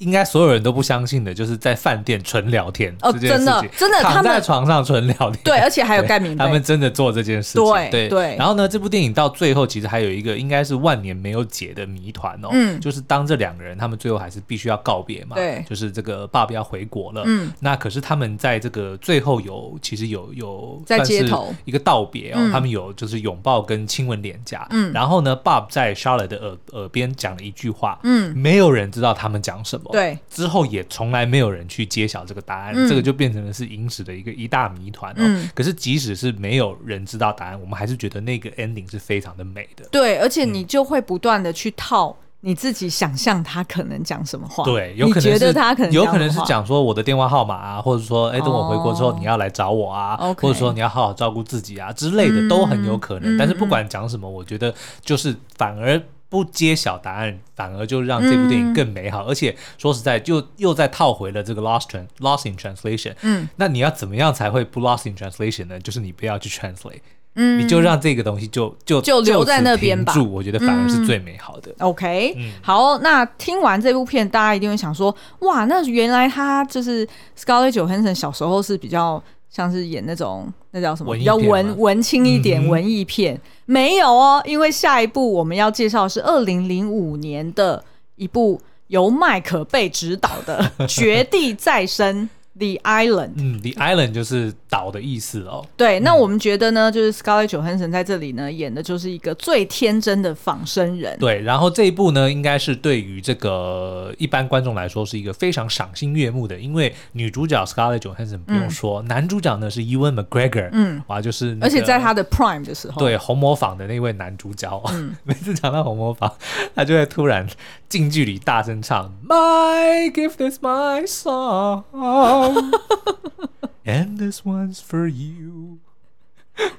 Speaker 1: 应该所有人都不相信的，就是在饭店纯聊天
Speaker 2: 哦
Speaker 1: 这件事
Speaker 2: 真的
Speaker 1: 情
Speaker 2: 真的他
Speaker 1: 躺
Speaker 2: 们
Speaker 1: 在床上纯聊天，
Speaker 2: 对，而且还有
Speaker 1: 对
Speaker 2: 盖棉被。
Speaker 1: 他们真的做这件事情。
Speaker 2: 对
Speaker 1: 对
Speaker 2: 对
Speaker 1: 然后呢，这部电影到最后其实还有一个应该是万年没有解的谜团哦，
Speaker 2: 嗯
Speaker 1: 就是当这两个人他们最后还是必须要告别嘛，
Speaker 2: 对
Speaker 1: 就是这个爸爸要回国了，
Speaker 2: 嗯，
Speaker 1: 那可是他们在这个最后有其实有有
Speaker 2: 在
Speaker 1: 算是
Speaker 2: 街头
Speaker 1: 一个道别哦，
Speaker 2: 嗯
Speaker 1: 他们有就是拥抱跟亲吻脸颊，
Speaker 2: 嗯
Speaker 1: 然后呢，Bob 在 Charlotte 的耳耳边讲了一句话，
Speaker 2: 嗯，
Speaker 1: 没有人知道他们讲什么，。
Speaker 2: 对，
Speaker 1: 之后也从来没有人去揭晓这个答案，
Speaker 2: 嗯
Speaker 1: 这个就变成了是影史的一个一大谜团哦。
Speaker 2: 嗯
Speaker 1: 可是即使是没有人知道答案，我们还是觉得那个 ending 是非常的美的。
Speaker 2: 对，而
Speaker 1: 嗯
Speaker 2: 且你就会不断的去套你自己想象他可能讲什么话，
Speaker 1: 对，有可能
Speaker 2: 你觉得
Speaker 1: 是
Speaker 2: 他可能
Speaker 1: 有可能
Speaker 2: 什
Speaker 1: 是
Speaker 2: 么话，
Speaker 1: 讲说我的电话号码啊，或者说哎、等我回国之后
Speaker 2: 哦
Speaker 1: 你要来找我啊，
Speaker 2: OK
Speaker 1: 或者说你要好好照顾自己啊之类的，
Speaker 2: 嗯
Speaker 1: 都很有可能。
Speaker 2: 嗯
Speaker 1: 但是不管讲什么，我觉得就是反而。不揭晓答案，反而就让这部电
Speaker 2: 嗯
Speaker 1: 影更美好。而且说实在，就又再套回了这个 lost tran lost in translation，
Speaker 2: 嗯
Speaker 1: 那你要怎么样才会不 lost in translation 呢？就是你不要去 translate，、
Speaker 2: 嗯
Speaker 1: 你就让这个东西就就
Speaker 2: 就留在那边吧嗯
Speaker 1: 就此停住，我觉得反而是最美好的。
Speaker 2: OK，、
Speaker 1: 嗯
Speaker 2: 好，那听完这部片，大家一定会想说，哇，那原来他就是 Scarlett Johansson 小时候是比较像是演那种那叫什么，
Speaker 1: 文艺
Speaker 2: 比较
Speaker 1: 片吗
Speaker 2: 文文青一点、
Speaker 1: 嗯哼
Speaker 2: 文艺片，没有哦，因为下一部我们要介绍的是二零零五年的一部由麦可贝执导的
Speaker 1: (laughs)
Speaker 2: 《绝地再生》The Island。
Speaker 1: 嗯，The Island 就是岛的意思哦。
Speaker 2: 对，那我们觉得呢，就是 Scarlett Johansson 在这里呢演的就是一个最天真的仿生人。
Speaker 1: 对，然后这一部呢，应该是对于这个一般观众来说是一个非常赏心悦目的，因为女主角 Scarlett Johansson 不用说，男主角呢是 Ewan McGregor，
Speaker 2: 嗯，
Speaker 1: 哇，就是、
Speaker 2: 而且在他。的 Prime 的时候，
Speaker 1: 对红模仿的那位男主角，
Speaker 2: 嗯
Speaker 1: (laughs) 每次讲到红模仿，他就会突然近距离大声唱 “My gift is my song
Speaker 2: (laughs)
Speaker 1: and this one's for you”。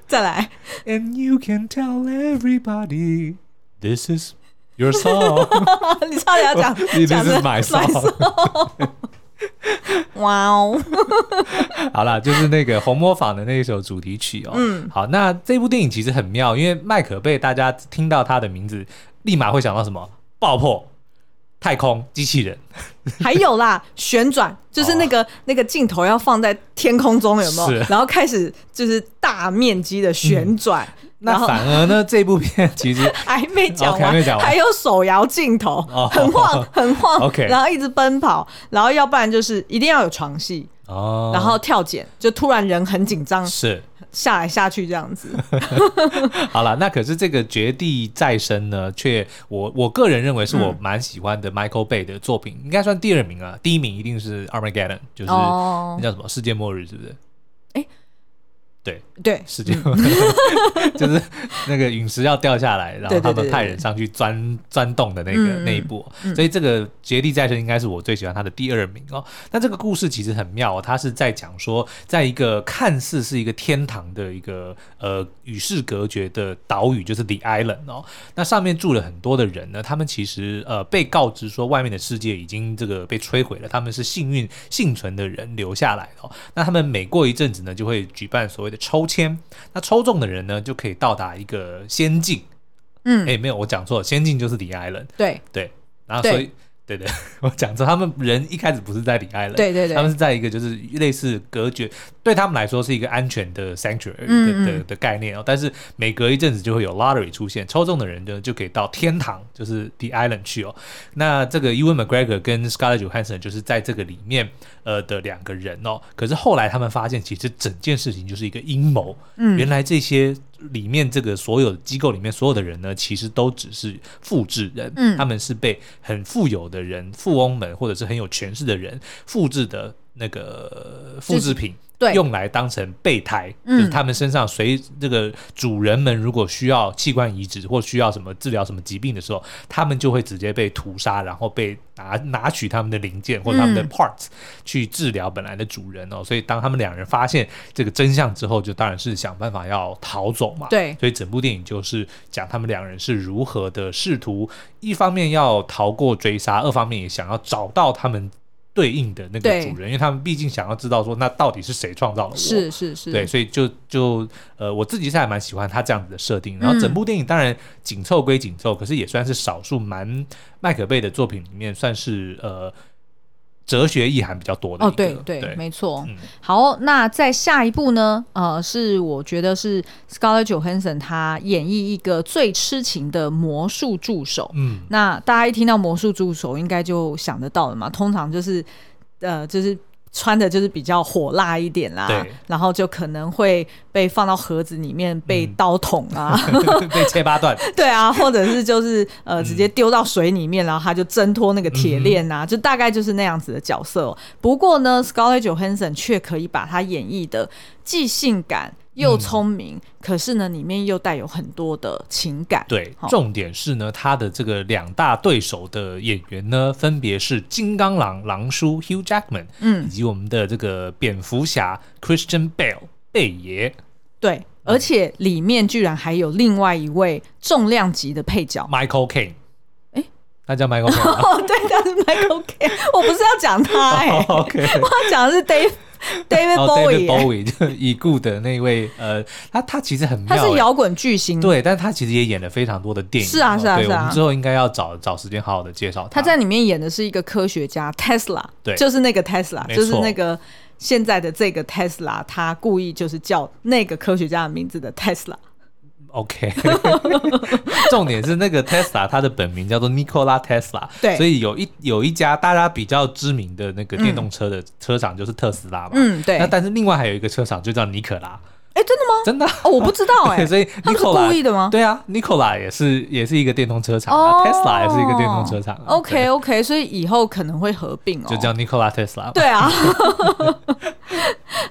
Speaker 2: 再来， (laughs)
Speaker 1: And you can tell everybody this is your song.
Speaker 2: 你差点要讲
Speaker 1: 哦 (laughs) 你
Speaker 2: 讲
Speaker 1: this
Speaker 2: 的
Speaker 1: is my song.
Speaker 2: 哇哦，
Speaker 1: (laughs) 好啦，就是那个红模坊的那一首主题曲哦。嗯，好，那这部电影其实很妙，因为麦可贝，大家听到他的名字，立马会想到什么？爆破、太空、机器人。
Speaker 2: 还有啦，旋转就是那个、那个镜头要放在天空中，有没有
Speaker 1: 哦是？
Speaker 2: 然后开始就是大面积的旋转，
Speaker 1: 嗯
Speaker 2: 然
Speaker 1: 那
Speaker 2: 后
Speaker 1: 反而呢，这部片其
Speaker 2: (laughs)
Speaker 1: 实
Speaker 2: 还没讲
Speaker 1: OK，还没讲完
Speaker 2: 还有手摇镜头，
Speaker 1: 哦
Speaker 2: 很晃很晃
Speaker 1: OK
Speaker 2: 然后一直奔跑，然后要不然就是一定要有床戏，
Speaker 1: 哦，
Speaker 2: 然后跳剪，就突然人很紧张，
Speaker 1: 是
Speaker 2: 下来下去这样子。 (laughs)
Speaker 1: 好了，那可是这个《绝地再生》呢，却我我个人认为是
Speaker 2: 嗯
Speaker 1: 我蛮喜欢的 Michael Bay 的作品，应该算第二名啊，第一名一定是 Armageddon，就是
Speaker 2: 哦
Speaker 1: 那叫什么世界末日，是不是？
Speaker 2: 诶嗯
Speaker 1: 对，
Speaker 2: 对，
Speaker 1: 世界末日就是 (laughs) 那个陨石要掉下来，然后
Speaker 2: 对对
Speaker 1: 他
Speaker 2: 对
Speaker 1: 们
Speaker 2: 对
Speaker 1: 派人上去钻钻洞的那个
Speaker 2: 嗯嗯
Speaker 1: 那一部，所以这个《绝地再生》应该是我最喜欢它的第二名哦。那这个故事其实很妙、哦，它是在讲说，在一个看似是一个天堂的一个呃与世隔绝的岛屿，就是 The Island 哦。那上面住了很多的人呢，他们其实呃被告知说外面的世界已经这个被摧毁了，他们是幸运幸存的人留下来的、哦。那他们每过一阵子呢，就会举办所谓的抽签，那抽中的人呢就可以到达一个仙境。
Speaker 2: 嗯
Speaker 1: 哎、没有，我讲错了，仙境就是 The Island。
Speaker 2: 对，
Speaker 1: 对，然后
Speaker 2: 对
Speaker 1: 所以。对 (laughs) 对，我讲错，他们人一开始不是在里爱了，
Speaker 2: 对对对
Speaker 1: 他们是在一个就是类似隔绝，对他们来说是一个安全的 sanctuary 的
Speaker 2: 嗯
Speaker 1: 的的概念哦。但是每隔一阵子就会有 lottery 出现，抽中的人就就可以到天堂，就是 the island 去哦。那这个 Ewan McGregor 跟 Scarlett Johansson 就是在这个里面呃的两个人哦。可是后来他们发现，其实整件事情就是一个阴谋。嗯，原来这些里面这个所有机构里面所有的人呢，其实都只是复制人，
Speaker 2: 嗯
Speaker 1: 他们是被很富有的人、富翁们或者是很有权势的人复制的那个呃复制品。
Speaker 2: 对
Speaker 1: 用来当成备胎，
Speaker 2: 嗯
Speaker 1: 就是他们身上随这个主人们如果需要器官移植或需要什么治疗什么疾病的时候，他们就会直接被屠杀，然后被拿拿取他们的零件或者他们的
Speaker 2: 嗯
Speaker 1: parts 去治疗本来的主人哦。所以当他们两人发现这个真相之后，就当然是想办法要逃走嘛。
Speaker 2: 对
Speaker 1: 所以整部电影就是讲他们两人是如何的试图，一方面要逃过追杀，二方面也想要找到他们对应的那个
Speaker 2: 对
Speaker 1: 主人，因为他们毕竟想要知道说，那到底是谁创造了我？
Speaker 2: 是是是，哦
Speaker 1: 对，所以就就呃，我自己是还蛮喜欢他这样子的设定。然后
Speaker 2: 嗯
Speaker 1: 整部电影当然紧凑归紧凑，可是也算是少数蛮麦可贝的作品里面算是呃哲学意涵比较多的一
Speaker 2: 哦，
Speaker 1: 个。
Speaker 2: 对
Speaker 1: (laughs)
Speaker 2: 对，没错。
Speaker 1: 嗯
Speaker 2: 好，哦那在下一步呢？呃，是我觉得是 Scarlett Johansson 她演绎一个最痴情的魔术助手。
Speaker 1: 嗯，
Speaker 2: 那大家一听到魔术助手，应该就想得到了嘛。通常就是呃，就是穿的就是比较火辣一点啦
Speaker 1: 对，
Speaker 2: 然后就可能会被放到盒子里面被
Speaker 1: 嗯
Speaker 2: 刀捅啊，
Speaker 1: 被切八段，
Speaker 2: (laughs) 对啊，或者是就是呃，
Speaker 1: 嗯
Speaker 2: 直接丢到水里面，然后他就挣脱那个铁链啊，就大概就是那样子的角色、哦。不过呢，Scarlett Johansson 却可以把他演绎的既性感又聪明，可是呢，里面又带有很多的情感。
Speaker 1: 嗯对
Speaker 2: 好，
Speaker 1: 重点是呢，他的这个两大对手的演员呢，分别是金刚狼狼叔 Hugh Jackman，以
Speaker 2: 嗯，
Speaker 1: 及我们的这个蝙蝠侠 Christian Bale 贝爷
Speaker 2: 对，
Speaker 1: 嗯
Speaker 2: 而且里面居然还有另外一位重量级的
Speaker 1: (laughs)
Speaker 2: 配角。
Speaker 1: Michael Caine。
Speaker 2: 诶
Speaker 1: 他叫 Michael Caine 吗。
Speaker 2: 哦，对，他是 Michael K，我不是要讲他、 (laughs) 哎、
Speaker 1: 哦 OK，
Speaker 2: 我要讲 (laughs) 的是 Dave David
Speaker 1: 然后 David
Speaker 2: Bowie，哎、
Speaker 1: Bowie 就已故的那位，呃，他他其实很
Speaker 2: 他
Speaker 1: 妙、
Speaker 2: 是
Speaker 1: 欸，
Speaker 2: 摇滚巨星。
Speaker 1: 对，但他其实也演了非常多的电影哦，
Speaker 2: 是啊是啊
Speaker 1: 对
Speaker 2: 是啊
Speaker 1: 我们之后应该要找找时间好好的介绍
Speaker 2: 他在里面演的是一个科学家 Tesla，
Speaker 1: 对
Speaker 2: 就是那个 Tesla，
Speaker 1: 没错
Speaker 2: 就是那个现在的这个 Tesla，他故意就是叫那个科学家的名字的 Tesla。
Speaker 1: OK，重点是那个 Tesla，它的本名叫做 Nikola Tesla，
Speaker 2: 对
Speaker 1: 所以有一有一家大家比较知名的那个电动车的车厂就是特斯拉嘛，
Speaker 2: 嗯，对。
Speaker 1: 那
Speaker 2: 哎、
Speaker 1: 但是另外还有一个车厂就叫尼可拉，
Speaker 2: 真的吗？
Speaker 1: 真的啊、
Speaker 2: 哦，我不知道
Speaker 1: (laughs)
Speaker 2: 哎、
Speaker 1: 对，所以
Speaker 2: 他们是
Speaker 1: Nikola
Speaker 2: 故意的吗
Speaker 1: 对啊，Nikola 也是也是一个电动车厂、啊
Speaker 2: 哦
Speaker 1: t e s l a 也是一个电动车厂啊、
Speaker 2: OK
Speaker 1: 对
Speaker 2: OK，所以以后可能会合并哦。
Speaker 1: 就叫 Nikola Tesla。
Speaker 2: 对啊。 (laughs)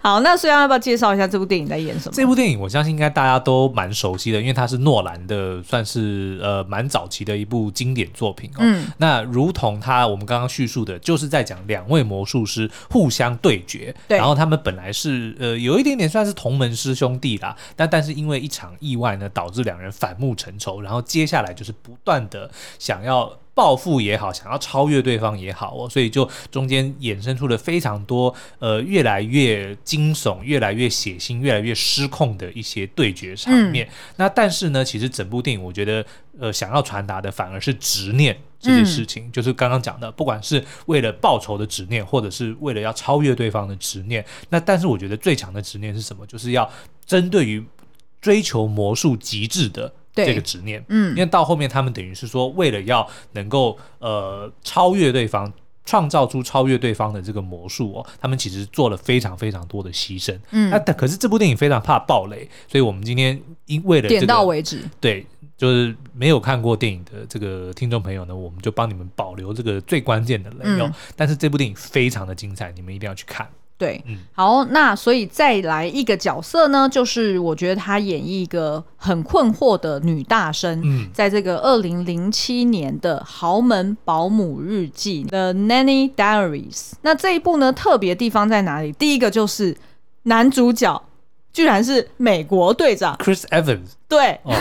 Speaker 2: 好，那虽然要不要介绍一下这部电影在演什么？
Speaker 1: 这部电影我相信应该大家都蛮熟悉的，因为它是诺兰的，算是呃蛮早期的一部经典作品哦。
Speaker 2: 嗯
Speaker 1: 那如同他我们刚刚叙述的，就是在讲两位魔术师互相对决，
Speaker 2: 对
Speaker 1: 然后他们本来是呃有一点点算是同门师兄弟啦，但但是因为一场意外呢，导致两人反目成仇，然后接下来就是不断的想要。报复也好，想要超越对方也好哦，所以就中间衍生出了非常多呃越来越惊悚、越来越血腥、越来越失控的一些对决场面。那但是呢，其实整部电影我觉得呃想要传达的反而是执念这件事事情，就是刚刚讲的，不管是为了报仇的执念，或者是为了要超越对方的执念。那但是我觉得最强的执念是什么？就是要针对于追求魔术极致的
Speaker 2: 对
Speaker 1: 这个执念。因
Speaker 2: 嗯
Speaker 1: 为到后面他们等于是说，为了要能够呃超越对方。创造出超越对方的这个魔术哦，他们其实做了非常非常多的牺牲。那、
Speaker 2: 嗯，
Speaker 1: 但可是这部电影非常怕暴雷，所以我们今天因为了这
Speaker 2: 点
Speaker 1: 个
Speaker 2: 到为止。
Speaker 1: 对，就是没有看过电影的这个听众朋友呢，我们就帮你们保留这个最关键的雷哦。
Speaker 2: 嗯
Speaker 1: 但是这部电影非常的精彩，你们一定要去看。
Speaker 2: 对，
Speaker 1: 嗯
Speaker 2: 好，那所以再来一个角色呢，就是我觉得她演绎一个很困惑的女大生，
Speaker 1: 嗯
Speaker 2: 在这个二零零七年的《豪门保姆日记》The Nanny Diaries。那这一部呢，特别地方在哪里？第一个就是男主角居然是美国队长
Speaker 1: ，Chris Evans
Speaker 2: 对， (laughs)
Speaker 1: 哦，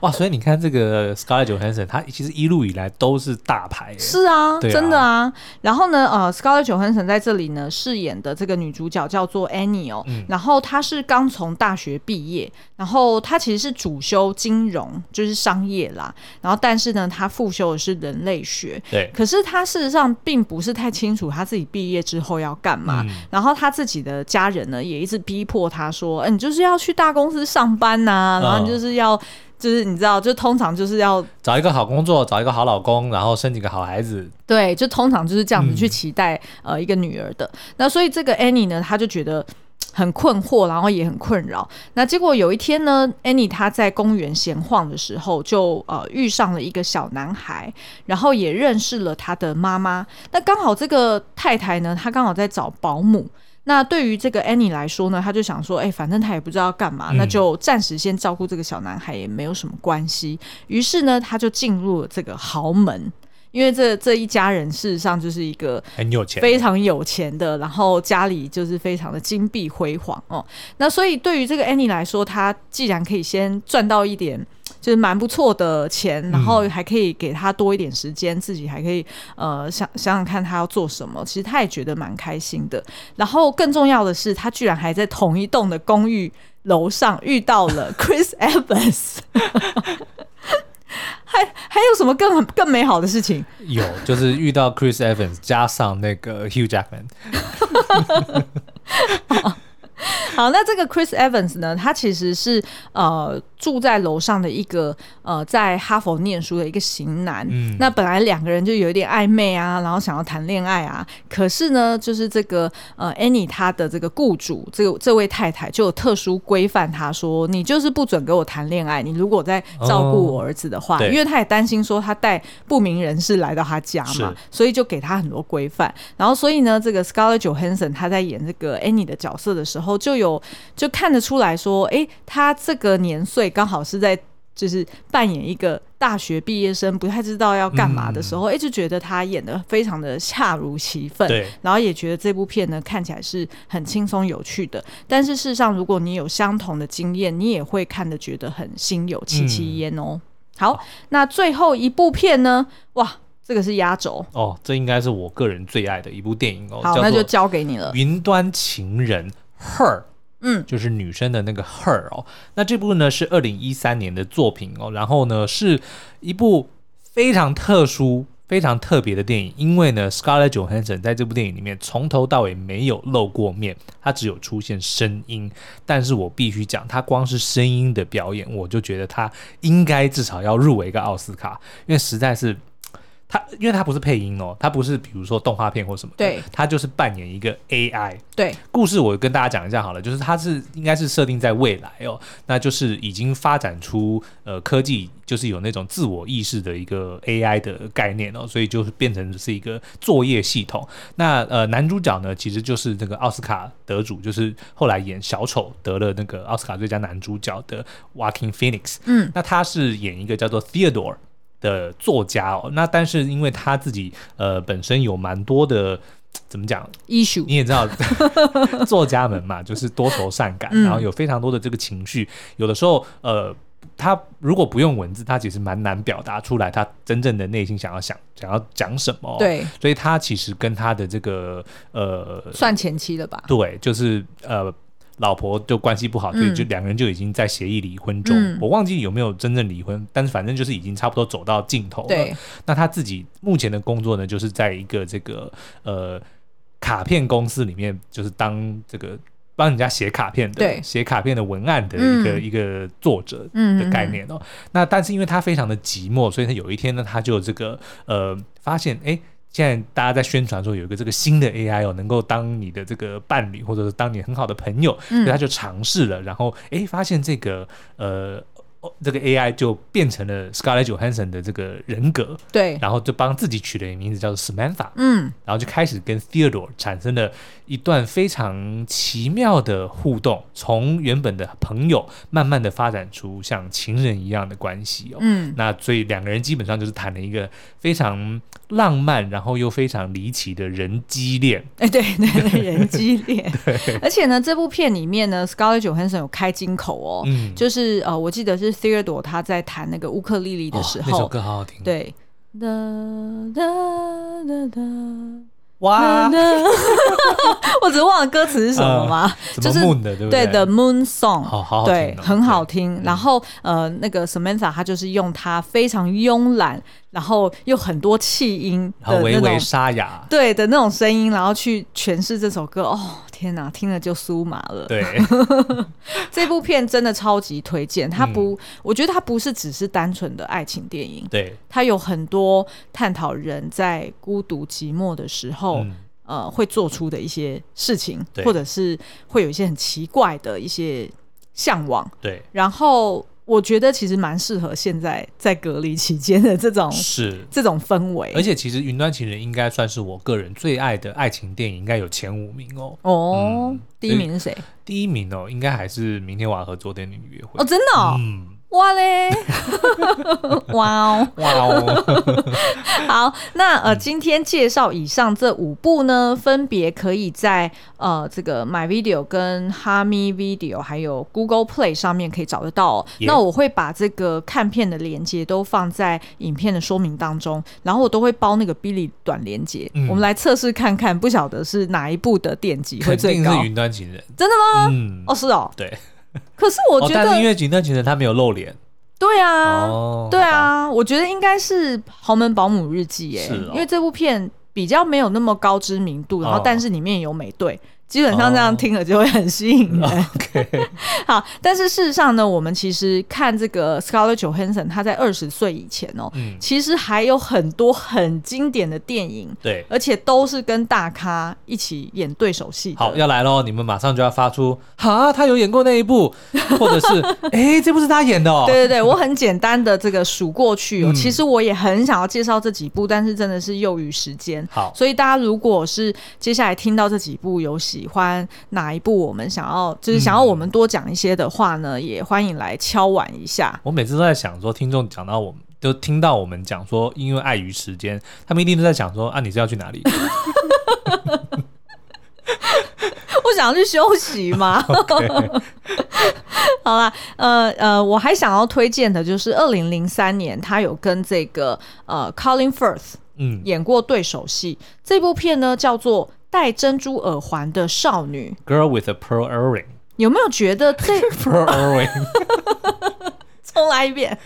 Speaker 1: 哇！所以你看，这个 Scarlett Johansson，她其实一路以来都是大牌耶，
Speaker 2: 是啊，
Speaker 1: 对啊
Speaker 2: 真的啊。然后呢，呃，Scarlett Johansson 在这里呢饰演的这个女主角叫做 Annie 哦，
Speaker 1: 嗯
Speaker 2: 然后她是刚从大学毕业，然后她其实是主修金融，就是商业啦，然后但是呢，她复修的是人类学。
Speaker 1: 对，
Speaker 2: 可是她事实上并不是太清楚她自己毕业之后要干嘛，
Speaker 1: 嗯
Speaker 2: 然后她自己的家人呢也一直逼迫她说：“哎、你就是要去大公司上班呐、
Speaker 1: 嗯
Speaker 2: 然后你就是要就是你知道，就通常就是要
Speaker 1: 找一个好工作，找一个好老公，然后生几个好孩子，
Speaker 2: 对，就通常就是这样子去期待、
Speaker 1: 嗯
Speaker 2: 呃一个女儿的。那所以这个 Annie 呢，她就觉得。嘖很困惑，然后也很困扰。那结果有一天呢，Annie 她在公园闲晃的时候，就呃遇上了一个小男孩，然后也认识了他的妈妈。那刚好这个太太呢，她刚好在找保姆。那对于这个 Annie 来说呢，她就想说，哎、反正她也不知道要干嘛，
Speaker 1: 嗯
Speaker 2: 那就暂时先照顾这个小男孩也没有什么关系。于是呢，她就进入了这个豪门，因为这这一家人事实上就是一个
Speaker 1: 很有钱，
Speaker 2: 非常有钱的，然后家里就是非常的金碧辉煌哦。那所以对于这个 Annie 来说，她既然可以先赚到一点。就是蛮不错的钱，然后还可以给她多一点时间，自己还可以呃想想想看她要做什么。其实她也觉得蛮开心的。然后更重要的是，她居然还在同一栋的公寓楼上遇到了 Chris Evans。还还有什么更更美好的事情？
Speaker 1: 有就是遇到 Chris Evans 加上那个 Hugh Jackman，
Speaker 2: (laughs) 好，那这个 Chris Evans 呢，他其实是呃住在楼上的一个呃在哈佛念书的一个型男。
Speaker 1: 嗯
Speaker 2: 那本来两个人就有一点暧昧啊，然后想要谈恋爱啊，可是呢，就是这个呃 Annie 她的这个雇主，这个这位太太就有特殊规范，她说你就是不准给我谈恋爱，你如果在照顾我儿子的话，
Speaker 1: 哦对
Speaker 2: 因为她也担心说她带不明人士来到她家嘛
Speaker 1: 是，
Speaker 2: 所以就给她很多规范。然后所以呢，这个 Scarlett Johansson 她在演这个 Annie 的角色的时候，就有就看得出来说，诶，她这个年岁刚好是在就是扮演一个大学毕业生，不太知道要干嘛的时
Speaker 1: 嗯
Speaker 2: 候，诶，就觉得她演的非常的恰如其分。
Speaker 1: 对，
Speaker 2: 然后也觉得这部片呢看起来是很轻松有趣的，但是事实上，如果你有相同的经验，你也会看得觉得很心有戚戚焉
Speaker 1: 嗯
Speaker 2: 哦。好，那最后一部片呢？哇，这个是压轴，
Speaker 1: 哦，这应该是我个人最爱的一部电影哦，
Speaker 2: 好，
Speaker 1: 叫
Speaker 2: 那就
Speaker 1: 做
Speaker 2: 交给你了。
Speaker 1: 《云端情人》Her。
Speaker 2: 嗯，
Speaker 1: 就是女生的那个 Her 哦。那这部呢是二零一三年的作品哦，然后呢是一部非常特殊、非常特别的电影，因为呢，Scarlett Johansson 在这部电影里面从头到尾没有露过面，她只有出现声音。但是我必须讲，她光是声音的表演，我就觉得她应该至少要入围一个奥斯卡，因为实在是。她，因为她不是配音哦，她不是比如说动画片或什么的，
Speaker 2: 对
Speaker 1: 她就是扮演一个 AI，
Speaker 2: 对，
Speaker 1: 故事我跟大家讲一下好了，就是它是应该是设定在未来哦，那就是已经发展出呃科技，就是有那种自我意识的一个 AI 的概念哦，所以就是变成是一个作业系统。那呃男主角呢，其实就是那个奥斯卡得主，就是后来演小丑得了那个奥斯卡最佳男主角的 Joaquin Phoenix。
Speaker 2: 嗯，
Speaker 1: 那他是演一个叫做 Theodore 的作家哦，那但是因为他自己呃本身有蛮多的。怎么讲？
Speaker 2: issue，
Speaker 1: 你也知
Speaker 2: (laughs)
Speaker 1: 道，作家们嘛，就是多愁善感，
Speaker 2: 嗯
Speaker 1: 然后有非常多的这个情绪，有的时候呃。他如果不用文字，他其实蛮难表达出来他真正的内心想要想想要讲什么。，
Speaker 2: 对，
Speaker 1: 所以他其实跟他的这个呃，
Speaker 2: 算前期了吧？
Speaker 1: 对，就是呃，老婆就关系不好，所以就
Speaker 2: 嗯
Speaker 1: 两个人就已经在协议离婚中。
Speaker 2: 嗯
Speaker 1: 我忘记有没有真正离婚，但是反正就是已经差不多走到尽头了。
Speaker 2: 对，
Speaker 1: 那他自己目前的工作呢，就是在一个这个呃卡片公司里面，就是当这个帮人家写卡片的
Speaker 2: 对、
Speaker 1: 写卡片的文案的一个、
Speaker 2: 嗯
Speaker 1: 一个作者
Speaker 2: 嗯
Speaker 1: 的概。念哦。那但是因为他非常的寂寞，所以他有一天呢，他就这个呃发现哎。诶现在大家在宣传说有一个这个新的 AI 哦，能够当你的这个伴侣，或
Speaker 2: 嗯
Speaker 1: 者是当你很好的朋友，所以他就尝试了，然后哎，诶发现这个呃哦这个 AI 就变成了 Scarlett Johansson 的这个人格，
Speaker 2: 对，
Speaker 1: 然后就帮自己取了一个名字叫做 Samantha，
Speaker 2: 嗯，
Speaker 1: 然后就开始跟 Theodore 产生了一段非常奇妙的互动，从原本的朋友慢慢的发展出像情人一样的关系哦。
Speaker 2: 嗯，
Speaker 1: 那所以两个人基本上就是谈了一个非常浪漫，然后又非常离奇的人机恋。
Speaker 2: 哎、 (laughs) 对
Speaker 1: (laughs)
Speaker 2: 对对，人机恋。而且呢，这部片里面呢，Scarlett Johansson 有开金口哦，
Speaker 1: 嗯，
Speaker 2: 就是呃，我记得是 Theodore 他在弹那个乌克丽丽的
Speaker 1: 哦
Speaker 2: 时
Speaker 1: 那首
Speaker 2: 候，
Speaker 1: 歌好好听。，
Speaker 2: 对，哒哒哒哒。
Speaker 1: 哇
Speaker 2: 哒，哒 (laughs) 我只是忘了歌词是什么嘛，
Speaker 1: 怎
Speaker 2: 就
Speaker 1: 么
Speaker 2: 是
Speaker 1: 梦的，嗯对不
Speaker 2: 对
Speaker 1: 对
Speaker 2: 的 Moon Song，
Speaker 1: 好好好听哦
Speaker 2: 对，很好听。然后呃，那个 Samantha 她就是用她非常慵懒，然后又很多气音
Speaker 1: 然
Speaker 2: 的
Speaker 1: 后微
Speaker 2: 那种
Speaker 1: 微沙哑。
Speaker 2: 对的那种声音，然后去诠释这首歌。哦，天哪，听了就酥麻了。
Speaker 1: 对，
Speaker 2: 这部片真的超级推荐，它
Speaker 1: 嗯
Speaker 2: 不，我觉得它不是只是单纯的爱情电影， (laughs)
Speaker 1: 对，
Speaker 2: 它有很多探讨人在孤独寂寞的时候。
Speaker 1: 嗯，
Speaker 2: 呃，会做出的一些事情，
Speaker 1: 对
Speaker 2: 或者是会有一些很奇怪的一些向往，
Speaker 1: 对，
Speaker 2: 然后我觉得其实蛮适合现在在隔离期间的这种
Speaker 1: 是。
Speaker 2: 这种氛围。
Speaker 1: 而且其实《云端情人》应该算是我个人最爱的爱情电影，应该有前五名哦。
Speaker 2: 哦，
Speaker 1: 嗯
Speaker 2: 第一名是谁？
Speaker 1: 第一名哦，应该还是《明天我要和昨天的你约会
Speaker 2: 哦，》。真的、哦，
Speaker 1: 嗯，
Speaker 2: 哇
Speaker 1: (laughs)
Speaker 2: 嘞， (laughs) 哇哦！
Speaker 1: 哇 (laughs) 哦，
Speaker 2: (laughs) 好，那
Speaker 1: 嗯
Speaker 2: 呃，今天介绍以上这五部呢，分别可以在呃这个 My Video 跟 Hami Video 还有 Google Play 上面可以找得到、哦。
Speaker 1: Yeah
Speaker 2: 那我会把这个看片的连接都放在影片的说明当中，然后我都会包那个 Billy 短连接，
Speaker 1: 嗯
Speaker 2: 我们来测试看看，不晓得是哪一部的电击会
Speaker 1: 肯
Speaker 2: 最
Speaker 1: 定是
Speaker 2: 高
Speaker 1: 《云。端情人》。
Speaker 2: 真的
Speaker 1: 吗？嗯，
Speaker 2: 哦，是哦，
Speaker 1: 对。
Speaker 2: 可是我
Speaker 1: 哦
Speaker 2: 觉
Speaker 1: 但
Speaker 2: 得，
Speaker 1: 是因为《云端情人》他没有露脸
Speaker 2: 对啊，
Speaker 1: 哦。
Speaker 2: 对
Speaker 1: 好吧，
Speaker 2: 啊，我觉得应该是《豪门保姆日记、耶，
Speaker 1: 是哦
Speaker 2: 因为这部片比较没有那么高知名度，然后
Speaker 1: 哦
Speaker 2: 但是里面有美队，基本上这样
Speaker 1: 哦
Speaker 2: 听了就会很吸引人。
Speaker 1: (laughs)
Speaker 2: (laughs) 好，但是事实上呢，我们其实看这个 Scarlett Johansson，她在二十岁以前哦，
Speaker 1: 嗯，
Speaker 2: 其实还有很多很经典的电影，
Speaker 1: 对。
Speaker 2: 而且都是跟大咖一起演对手戏的。
Speaker 1: 好，要来喽！你们马上就要发出“哈，他有演过那一
Speaker 2: (laughs)
Speaker 1: 部”，或者是“哎，这部是他演的哦”。
Speaker 2: 对对对，我很简单的这个数过去哦。
Speaker 1: 嗯
Speaker 2: 其实我也很想要介绍这几部，但是真的是囿于时间。
Speaker 1: 好
Speaker 2: 所以大家如果是接下来听到这几部有喜欢哪一部，我们想要就是想要我们多讲一些的话呢，也欢迎来敲碗一下。
Speaker 1: 我每次都在想说，听众讲到我们，就听到我们讲说，因为碍于时间，他们一定都在想说啊，你是要去哪里？
Speaker 2: (laughs) 我想要去休息 (laughs) 嘛。好啦，呃呃，我还想要推荐的就是二零零三年，他有跟这个呃 Colin Firth
Speaker 1: 嗯，
Speaker 2: 演过对手戏。这部片呢叫做《戴珍珠耳环的少女》，
Speaker 1: Girl with a pearl earring, (laughs)
Speaker 2: 有没有觉得这
Speaker 1: pearl earring,
Speaker 2: (laughs) 重来一遍？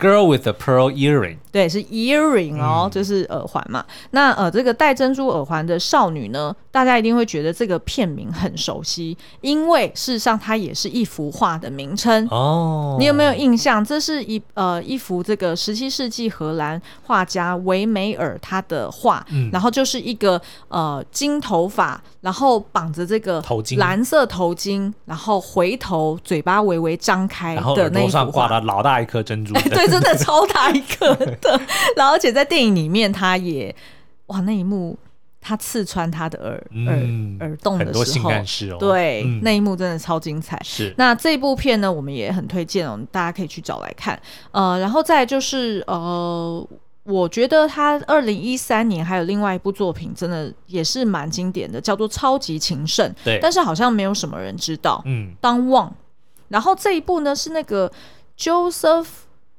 Speaker 1: girl with a pearl earring。
Speaker 2: 对，是 earring
Speaker 1: 嗯
Speaker 2: 哦，就是耳环嘛。那呃，这个戴珍珠耳环的少女呢，大家一定会觉得这个片名很熟悉，因为事实上它也是一幅画的名称。
Speaker 1: 哦，
Speaker 2: 嗯你有没有印象？这是一呃一幅这个十七世纪荷兰画家维梅尔他的画，
Speaker 1: 嗯
Speaker 2: 然后就是一个呃金头发，然后绑着这个
Speaker 1: 头巾
Speaker 2: 蓝色头巾，然后回头嘴巴微微张开
Speaker 1: 然后
Speaker 2: 的
Speaker 1: 耳
Speaker 2: 那一
Speaker 1: 朵上
Speaker 2: 幅
Speaker 1: 挂
Speaker 2: 画。
Speaker 1: 了老大一颗珍珠的，
Speaker 2: (laughs) 对，真的超大一个的，然后而且在电影里面，他也哇那一幕，他刺穿他的耳、
Speaker 1: 嗯
Speaker 2: 耳耳洞
Speaker 1: 很
Speaker 2: 的
Speaker 1: 多
Speaker 2: 时
Speaker 1: 性
Speaker 2: 候，
Speaker 1: 暗示哦。
Speaker 2: 对、
Speaker 1: 嗯
Speaker 2: 那一幕真的超精彩。
Speaker 1: 是
Speaker 2: 那这部片呢，我们也很推荐哦，大家可以去找来看。呃，然后再来就是呃，我觉得他二零一三年还有另外一部作品，真的也是蛮经典的，叫做《超级情圣》，
Speaker 1: 对，
Speaker 2: 但
Speaker 1: 是
Speaker 2: 是好像没有什么人知道。
Speaker 1: 嗯
Speaker 2: 当旺，然后这一部呢是那个 Joseph，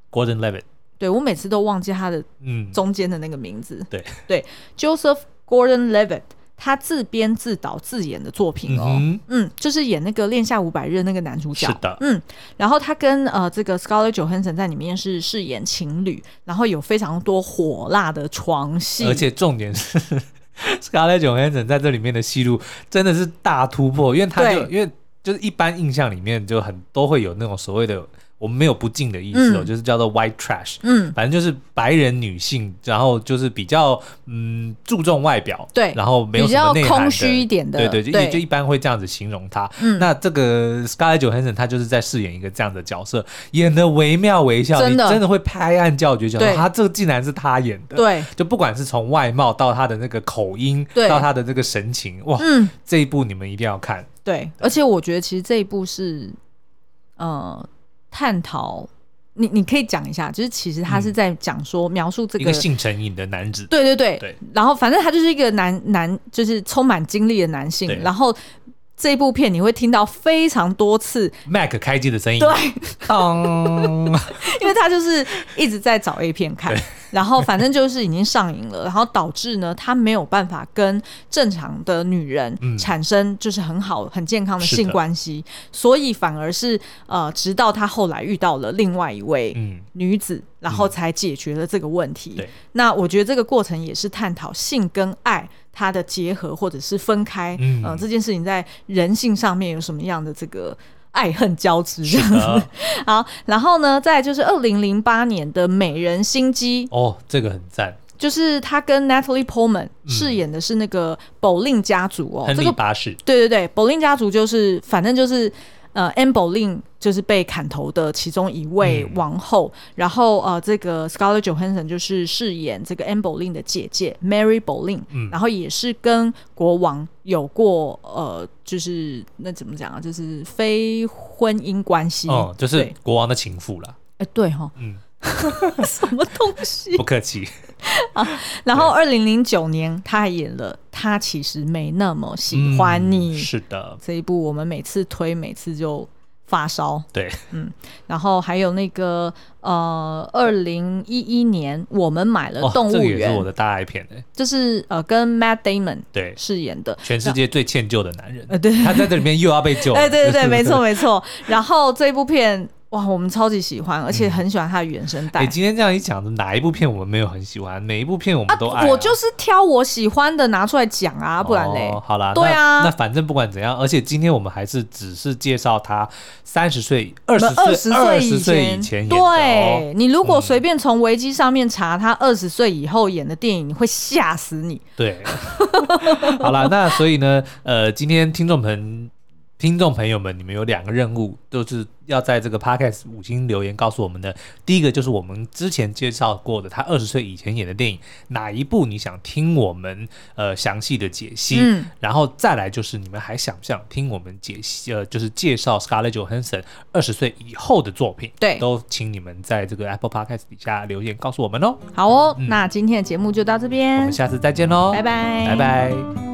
Speaker 1: ，Gordon Levitt，
Speaker 2: 对我每次都忘记他的
Speaker 1: 嗯，
Speaker 2: 中间的那个名字。
Speaker 1: 对
Speaker 2: 对，Joseph Gordon Levitt，他自编自导自演的作品哦。
Speaker 1: 嗯哼
Speaker 2: 嗯，就是演那个《恋下五百日》那个男主角。
Speaker 1: 是的
Speaker 2: 嗯，然后他跟呃这个 Scarlett Johansson 在里面是饰演情侣，然后有非常多火辣的床戏，
Speaker 1: 而且重点是 (laughs) Scarlett Johansson 在这里面的戏路真的是大突破，因为他就
Speaker 2: 对
Speaker 1: 因为就是一般印象里面就很都会有那种所谓的。我们没有不敬的意思哦，
Speaker 3: 嗯
Speaker 1: 就是叫做 white trash，
Speaker 3: 嗯，
Speaker 1: 反正就是白人女性，然后就是比较嗯注重外表，
Speaker 3: 对
Speaker 1: 然后没有
Speaker 2: 比
Speaker 1: 什么
Speaker 2: 较
Speaker 1: 内涵
Speaker 2: 空虚一点的
Speaker 1: 对对，就
Speaker 2: 对
Speaker 1: 就一般会这样子形容她。
Speaker 3: 嗯
Speaker 1: 那这个 Scarlett Johansson 她就是在饰演一个这样的角色，演的惟妙惟肖，
Speaker 2: 真的
Speaker 1: 你真的会拍案叫绝，想说
Speaker 3: 对
Speaker 1: 她这竟然是她演的。
Speaker 3: 对，
Speaker 1: 就不管是从外貌到她的那个口音，
Speaker 3: 对
Speaker 1: 到她的这个神情，哇，
Speaker 3: 嗯，
Speaker 1: 这一部你们一定要看。
Speaker 3: 对，
Speaker 2: 而且我觉得其实这一部是呃探讨。你你可以讲一下，就是其实他是在讲说、描述这
Speaker 1: 嗯一个性成瘾的男子，
Speaker 2: 对对对，
Speaker 1: 对
Speaker 2: 然后反正他就是一个男男，就是充满精力的男
Speaker 1: 对
Speaker 2: 性。然后这部片你会听到非常多次，
Speaker 1: Mac 开机的声音，
Speaker 2: 对，
Speaker 1: 当，
Speaker 2: (laughs) 因为他就是一直在找 A 片看
Speaker 1: 对，
Speaker 2: 然后反正就是已经上瘾了，然后导致呢他没有办法跟正常的女人
Speaker 1: 嗯
Speaker 2: 产生就是很好很健康的
Speaker 1: 是
Speaker 2: 性
Speaker 1: 的
Speaker 2: 关系，所以反而是呃，直到他后来遇到了另外一位 (laughs)
Speaker 1: 嗯，
Speaker 2: 女子，然后才解决了这个问题。
Speaker 1: 对
Speaker 2: 那我觉得这个过程也是探讨性跟爱它的结合或者是分开，
Speaker 1: 嗯
Speaker 2: 嗯、这件事情在人性上面有什么样的这个爱恨交织这样
Speaker 1: 呃
Speaker 2: 子。 (laughs) 好，然后呢，再来就是二零零八年的《美人心机》，
Speaker 1: 哦，这个很赞，
Speaker 2: 就是她跟 Natalie Portman 饰演的是那个保令家族哦，
Speaker 1: 亨
Speaker 2: 这
Speaker 1: 利
Speaker 2: 个
Speaker 1: 八世，
Speaker 2: 对对对，柏林家族就是反正就是呃，Anne Boleyn 就是被砍头的其中一位
Speaker 1: 嗯
Speaker 2: 王后，然后呃，这个 Scarlett Johansson 就是饰演这个 Anne Boleyn 的姐姐 Mary Boleyn，、
Speaker 1: 嗯
Speaker 2: 然后也是跟国王有过呃，就是那怎么讲啊，就是非婚姻关系，
Speaker 1: 哦，就是
Speaker 2: 对
Speaker 1: 国王的情妇啦，
Speaker 2: 哎对哈、
Speaker 1: 嗯，
Speaker 2: (laughs) 什么东西
Speaker 1: 不？客气，
Speaker 2: 然后二零零九年他还演了《他其实没那么喜欢你》
Speaker 1: 嗯是的，
Speaker 2: 这一部我们每次推，每次就发烧。嗯
Speaker 1: 对，
Speaker 2: 然后还有那个呃，二零一一年我们买了
Speaker 1: 哦，
Speaker 2: 呃动
Speaker 1: 这
Speaker 2: 物
Speaker 1: 个也
Speaker 2: 园，
Speaker 1: 是我的大爱片诶，
Speaker 2: 就是呃跟 Matt Damon
Speaker 1: 对，
Speaker 2: 饰演的。
Speaker 1: 全世界最欠救的男人，
Speaker 2: 呃，对，
Speaker 1: 他在这里面又要被救，
Speaker 2: 哎， (laughs) 对
Speaker 1: (laughs)
Speaker 2: 对对，没错。没错。然后这部片哇，我们超级喜欢，而且
Speaker 1: 嗯
Speaker 2: 很喜欢它的原声带。
Speaker 1: 哎，今天这样一讲，哪一部片我们没有很喜欢？每一部片我们都爱啊。
Speaker 2: 我就是挑我喜欢的拿出来讲啊，不然嘞，
Speaker 1: 哦、好啦，
Speaker 2: 对啊
Speaker 1: 那，那反正不管怎样，而且今天我们还是只是介绍他三十岁、二十
Speaker 2: 二
Speaker 1: 岁、
Speaker 2: 岁
Speaker 1: 二十岁以前演的、哦。
Speaker 2: 对你如果
Speaker 1: 嗯
Speaker 2: 随便从维基上面查他二十岁以后演的电影，会吓死你。
Speaker 1: 对，好啦，那所以呢，呃，今天听众朋听众朋友们，你们有两个任务，就是要在这个 podcast 五星留言告诉我们的。第一个就是我们之前介绍过的，他二十岁以前演的电影，哪一部你想听我们呃详细的解析？
Speaker 2: 嗯
Speaker 1: 然后再来就是你们还想不想听我们解析？呃，就是介绍 Scarlett Johansson 二十岁以后的作品？
Speaker 2: 对
Speaker 1: 都请你们在这个 Apple Podcast 底下留言告诉我们哦。
Speaker 2: 好哦，
Speaker 1: 嗯
Speaker 2: 那今天的节目就到这
Speaker 1: 我
Speaker 2: 边
Speaker 1: 们，下次再见喽，
Speaker 2: 嗯拜拜，
Speaker 1: 拜拜